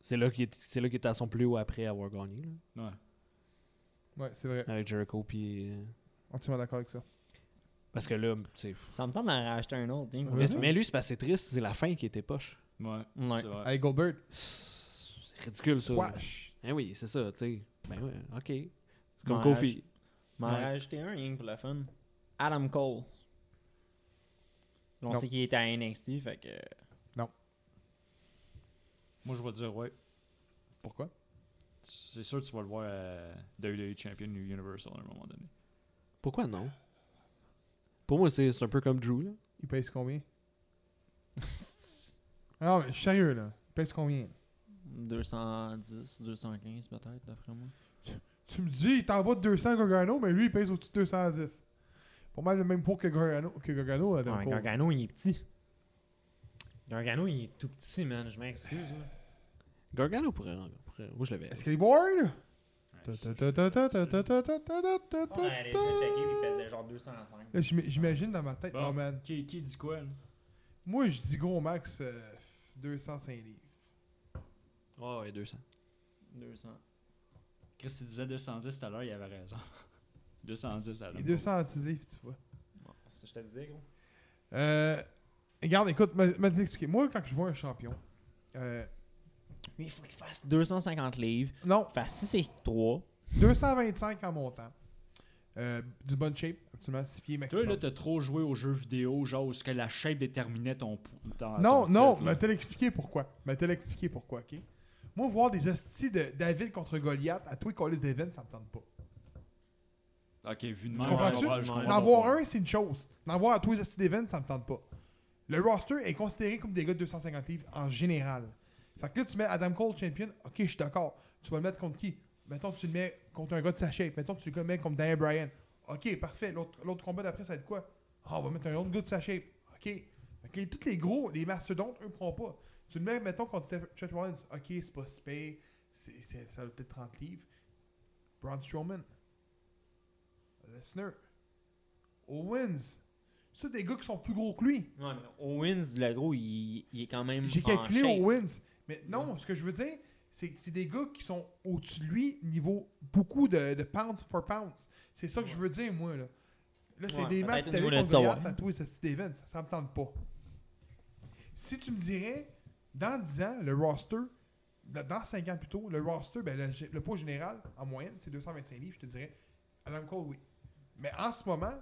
C'est là qu'il est- c'est là qu'il était à son plus haut après avoir gagné, là. Ouais. Ouais, c'est vrai. Avec Jericho, puis... euh, Entièrement d'accord avec ça. Parce que là, tu sais... Ça me tente d'en racheter un autre. hein. Mais, Mhm. mais lui, c'est parce que c'est triste, c'est la fin qui était poche. Ouais. Ouais. c'est vrai. Hey, Goldberg. C'est ridicule, ça. Wesh! Ben oui, c'est ça, tu sais. Ben ouais, OK. C'est comme Ouais, Kofi. M'en Ouais. racheter un, rien que pour le fun. Adam Cole. On Non. sait qu'il était à NXT, fait que. Moi, je vais dire ouais. Pourquoi? C'est sûr que tu vas le voir à WWE Champion ou Universal à un moment donné. Pourquoi non? Pour moi, c'est c'est un peu comme Drew, là. Il pèse combien? Non, mais je suis sérieux, là. Il pèse combien? 210, 215 peut-être, d'après moi. Tu me dis, il est en bas de 200 Gargano, mais lui, il pèse au-dessus de 210. Pas mal le même poids que Gargano, que Gargano Adam Ouais, Cole. Gargano, il est petit. Gargano, il est tout petit, man. Je m'excuse. là. Gargano pourrait... pourrait- Moi, je l'avais. Est-ce qu'il est bored? Ouais, c'est- genre 205. Là, j'im- Euh, J'imagine dans ma tête, Bon. oh man, Qui, qui dit quoi? là? moi je dis gros max euh, 205 livres. Ah Ouais, ouais, 200. 200. Chris, il disait 210 tout à l'heure, il avait raison. 210 à l'heure. Et 210 livres, tu vois. Bon, c'est je te disais, gros. Euh, regarde, écoute, m'a m'a expliqué. Moi, quand je vois un champion, euh, Mais il faut qu'il fasse 250 livres. non, Fasse 6 et 3. 225 en montant, euh, du bonne shape, absolument, 6 pieds Toi, là, maximum. t'as trop joué aux jeux vidéo, genre, où ce que la shape déterminait ton. pou- ton- Non, ton non, titre, là. m'a-t-elle expliqué pourquoi? M'a-t-elle expliqué pourquoi, ok? Moi, voir des hosties de David contre Goliath à tous les Callis d'Event, ça me tente pas. Ok, vu de Tu même, comprends-tu? je comprends- je Non, comprends D'en pas. voir un, c'est une chose. D'en voir à tous les hosties d'Event, ça me tente pas. Le roster est considéré comme des gars de 250 livres en général. Fait que là, tu mets Adam Cole champion, ok, je suis d'accord. Tu vas le mettre contre qui? Mettons, que tu le mets contre un gars de sa shape. Mettons, que tu le mets contre Daniel Bryan. Ok, parfait. L'autre l'autre combat d'après, ça va être quoi? Ah, on va mettre un autre gars de sa shape. Ok. Fait que les- tous les gros, les mastodontes, eux, prennent pas. Tu le mets, mettons, contre Steph- Chet Rollins. Ok, c'est pas si pire. C'est- c'est- Ça va peut-être 30 livres. Braun Strowman. Lesnar. Owens. C'est des gars qui sont plus gros que lui. Ouais, mais Owens, le gros, il, il est quand même. J'ai en calculé shape. Owens. Mais non, ce que je veux dire, c'est que c'est des gars qui sont au-dessus de lui, niveau beaucoup de, de pounds for pounds. C'est ça que je veux dire, moi. Là, là c'est Ouais, des peut-être matchs que au t'avais niveau de contre ça, Goliath, ouais. t'as trouvé ce style event, ça, ça me tente pas. Si tu me dirais, dans 10 ans, le roster, dans- dans 5 ans plutôt, le roster, ben, le, le poids général, en moyenne, c'est 225 livres, je te dirais, Adam Cole, oui. Mais en ce moment,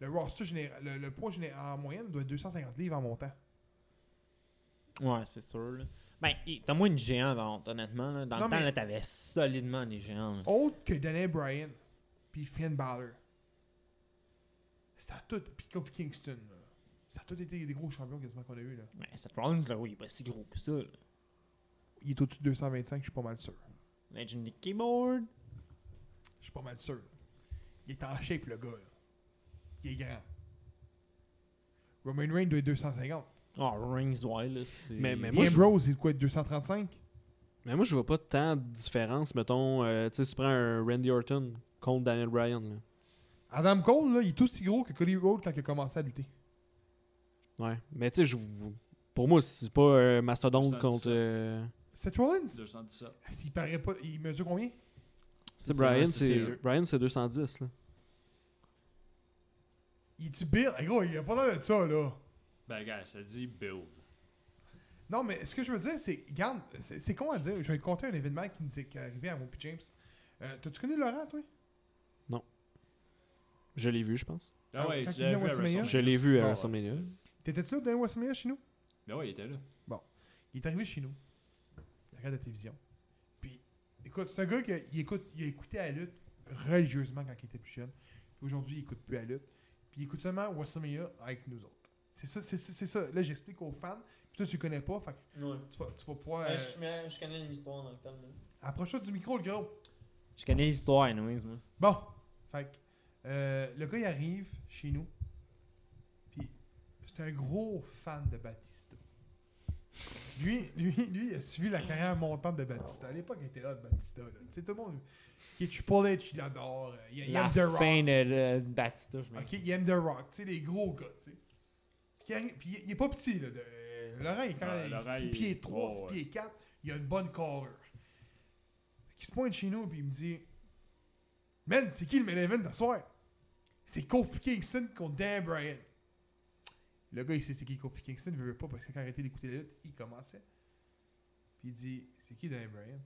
le roster général, le, le poids général, en moyenne doit être 250 livres en montant. Ouais, c'est sûr. Là. Ben, il- t'as moins de géants avant, honnêtement. Là. Dans Non, le temps, mais- là, t'avais solidement des géants. là. autre que Daniel Bryan puis Finn Balor. Ça a tout puis Kofi Kingston. là. Ça a tout été des gros champions quasiment qu'on a eu là. Mais Ben, Seth Rollins, là, oui, il est pas si gros que ça. Là. Il est au-dessus de 225, je suis pas mal sûr. Legendary Keyboard. Je suis pas mal sûr. Il est en shape le gars. là. Il est grand. Roman Reigns doit être 250. Oh, Rings Wild, là, c'est. Mais- mais moi, Moi, je- Ambrose, il doit être 235. Mais moi, je vois pas tant de différence. Mettons, euh, tu sais, si tu prends un Randy Orton contre Daniel Bryan. Là. Adam Cole, là, il est aussi gros que Cody Rhodes quand il a commencé à lutter. Ouais. Mais tu sais, je- pour moi, c'est pas euh, Mastodonte 217. contre. euh, Seth Rollins, 217. s'il paraît pas, il mesure combien C'est Brian, ça, c'est c'est sérieux. Brian, c'est 210. Là. Il dit Bill. Hey, gros, il a pas l'air de ça, là. Ben, gars, ça dit build. Non, mais ce que je veux dire, c'est. Regarde, c'est c'est con à dire. Je vais te conter un événement qui nous est qui est arrivé à moi puis James. Euh, T'as-tu connu Laurent, toi Je l'ai vu, je pense. Ah Ah, ouais, quand tu il vient l'as à vu à WrestleMania? WrestleMania. Je l'ai vu à Ah, ouais. WrestleMania. T'étais-tu là dans WrestleMania chez nous Ben ouais, il était là. Il est arrivé chez nous. Il regarde la télévision. Puis, écoute, c'est un gars qui il écoute, il a écouté la lutte religieusement quand il était plus jeune. Puis aujourd'hui, il écoute plus la lutte. Puis il écoute seulement WrestleMania avec nous autres. C'est ça, c'est, c'est- c'est ça. Là, j'explique aux fans. Puis toi, tu connais pas. Fait que Ouais. tu vas, tu vas pouvoir. Euh, euh, je, mais je connais l'histoire dans le temps. là. Approche-toi du micro, le gros. Je connais l'histoire, anyways, moi. Bon. Fait que, euh, le gars, il arrive chez nous. Puis, c'est un gros fan de Batista. Lui, lui, lui, il a suivi la carrière montante de Batista. À l'époque, il était hot, Batista. là. Tu sais, tout le monde. Qui est Triple H, il adore. euh, Il, il La aime The fin Rock. de, de Batista, je me Ok, il aime The Rock. Tu sais, les gros gars, tu sais. Puis, il arrive- puis il, il est pas petit, là. de- euh, Laurent, il est quand Ah, même Laurent, 6 il- pieds 3, ouais, 6 ouais. pieds 4. Il a une bonne carrure. Il se pointe chez nous, puis il me dit Man, c'est qui le main event de soir C'est Kofi Kingston contre Dan Bryan. Le gars, il sait c'est qui Kofi Kingston, il veut veut pas parce que quand il a arrêté d'écouter la lutte, il commençait. Puis il dit C'est qui Dan Bryan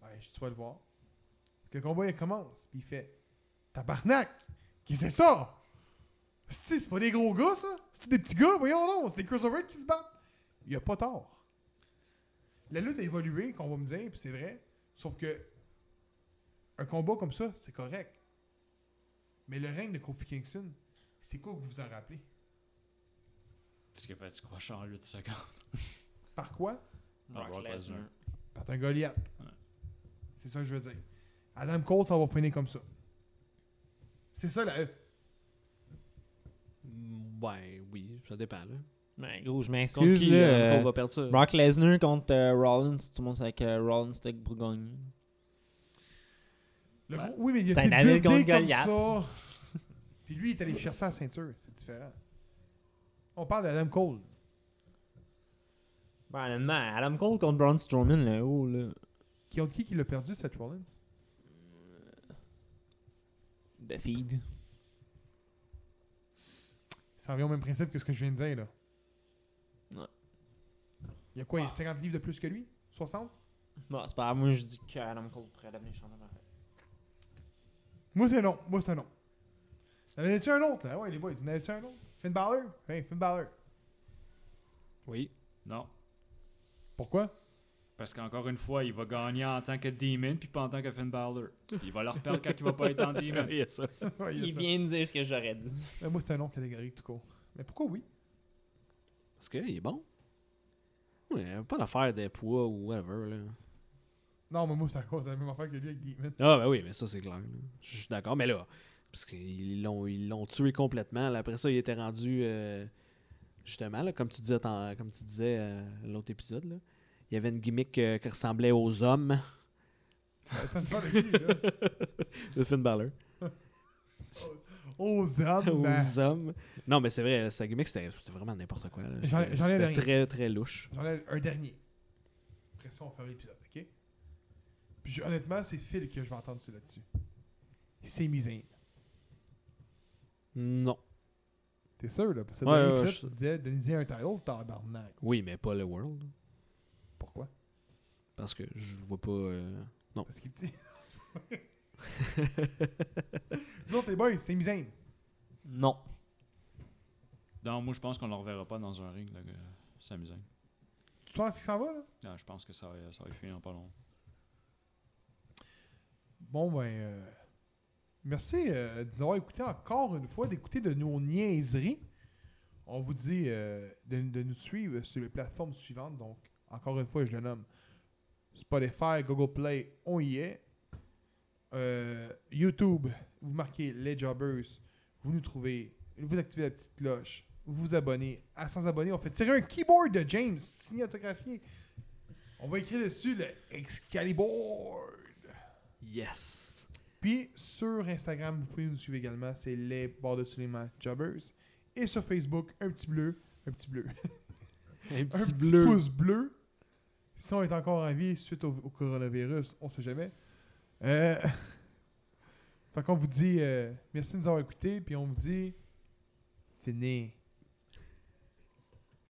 Ben, je tu vas le voir. Puis Le combat, il commence, puis il fait Tabarnak Qui c'est ça Si, c'est pas des gros gars, ça C'est tous des petits gars, voyons non, c'est des crossovers qui se battent. Il a pas tort. La lutte a évolué, qu'on va me dire, puis c'est vrai. Sauf que un combat comme ça, c'est correct. Mais le règne de Kofi Kingston, c'est quoi que vous vous en rappelez? Parce ben, qu'il a fait du crochet en 8 secondes. Par quoi? Ah, Brock Lesnar. Par un Goliath. Ouais. C'est ça que je veux dire. Adam Cole, ça va finir comme ça. C'est ça la E. Mm, Ben oui, ça dépend. Là. Mais gros, je Contre m'excuse. qui là, euh, euh, on va perdre ça Brock Lesnar contre euh, Rollins, tout le monde sait que euh, Rollins c'était avec Bourgogne. Le Ouais. gros- oui, mais il C'est a un été David buildé contre comme Goliath. ça. Puis lui, il est allé chercher sa ceinture. C'est différent. On parle d'Adam Cole. Ben, honnêtement, Adam Cole contre Braun Strowman, là, oh, là. Qui ont qui qui l'a perdu, Seth Rollins? The Feed. Ça revient au même principe que ce que je viens de dire, là. Ouais. Il y a quoi, il y a 50 livres de plus que lui? 60? Bon, c'est pas grave, moi je dis que Adam Cole pourrait devenir champion. Moi, c'est non. Moi, c'est un non. T'en avais-tu un autre, là? Ouais, les boys, t'en avais-tu un autre? Finn Balor? Hey, Finn Balor. Oui. Non. Pourquoi? Parce qu'encore une fois, il va gagner en tant que Demon puis pas en tant que Finn Balor. Il va le reperdre quand il va pas être en Demon. Il y a ça. Ouais, il y a Il ça. vient de dire ce que j'aurais dit. Mais moi, c'est un non catégorique, tout court. Mais pourquoi oui? Parce qu'il est bon. Ouais, pas d'affaire des poids ou whatever. Là. Non, mais moi, c'est à cause de la même affaire que lui avec Demon. Ah, ben oui, mais ça, c'est clair. là. Je suis d'accord. Mais là, parce qu'ils l'ont, ils l'ont tué complètement. là. après ça, il était rendu. euh, justement, là, comme tu disais, tant- comme tu disais euh, l'autre épisode, là, il y avait une gimmick euh, qui ressemblait aux hommes. C'est une fois de qui, là? Le Finn Balor. Aux hommes, ben, Aux hommes. Non, mais c'est vrai, sa gimmick, c'était, c'était vraiment n'importe quoi. là. J'en- C'était, j'en ai c'était le très, très louche. J'en ai un dernier. Après ça, on ferme l'épisode, ok? Puis je- honnêtement, c'est Phil que je vais entendre ça là-dessus. C'est misé. Non. T'es sûr, là? Parce que Ouais, dans ouais, l'épisode, je suis tu disais, Denisé un title, tabarnak. Oui, mais pas le World. Pourquoi? Parce que je vois pas. euh, Parce qu'il est petit. non, t'es boy, c'est misé. Non. Donc, moi, je pense qu'on le reverra pas dans un ring, là, que- c'est amusant. Tu penses qu'il s'en va, là? Ah, je pense que ça va, ça va finir en pas long. Bon, ben, euh, merci euh, de nous avoir écoutés encore une fois, d'écouter de nos niaiseries. On vous dit euh, de, de nous suivre sur les plateformes suivantes. Donc, encore une fois, je le nomme Spotify, Google Play, on y est. Euh, YouTube, vous marquez les Jobbers, vous nous trouvez, vous activez la petite cloche, vous vous abonnez. À 100 abonnés, on fait tirer un keyboard de James, signé autographié. On va écrire dessus le Excalibur. Yes! Puis sur Instagram, vous pouvez nous suivre également, c'est les barres de Suleiman Jobbers. Et sur Facebook, un petit bleu, un petit bleu, Un un petit petit bleu. pouce bleu. Si on est encore en vie suite au, au coronavirus, on sait jamais. Euh, fait qu'on vous dit euh, merci de nous avoir écoutés, puis on vous dit fini.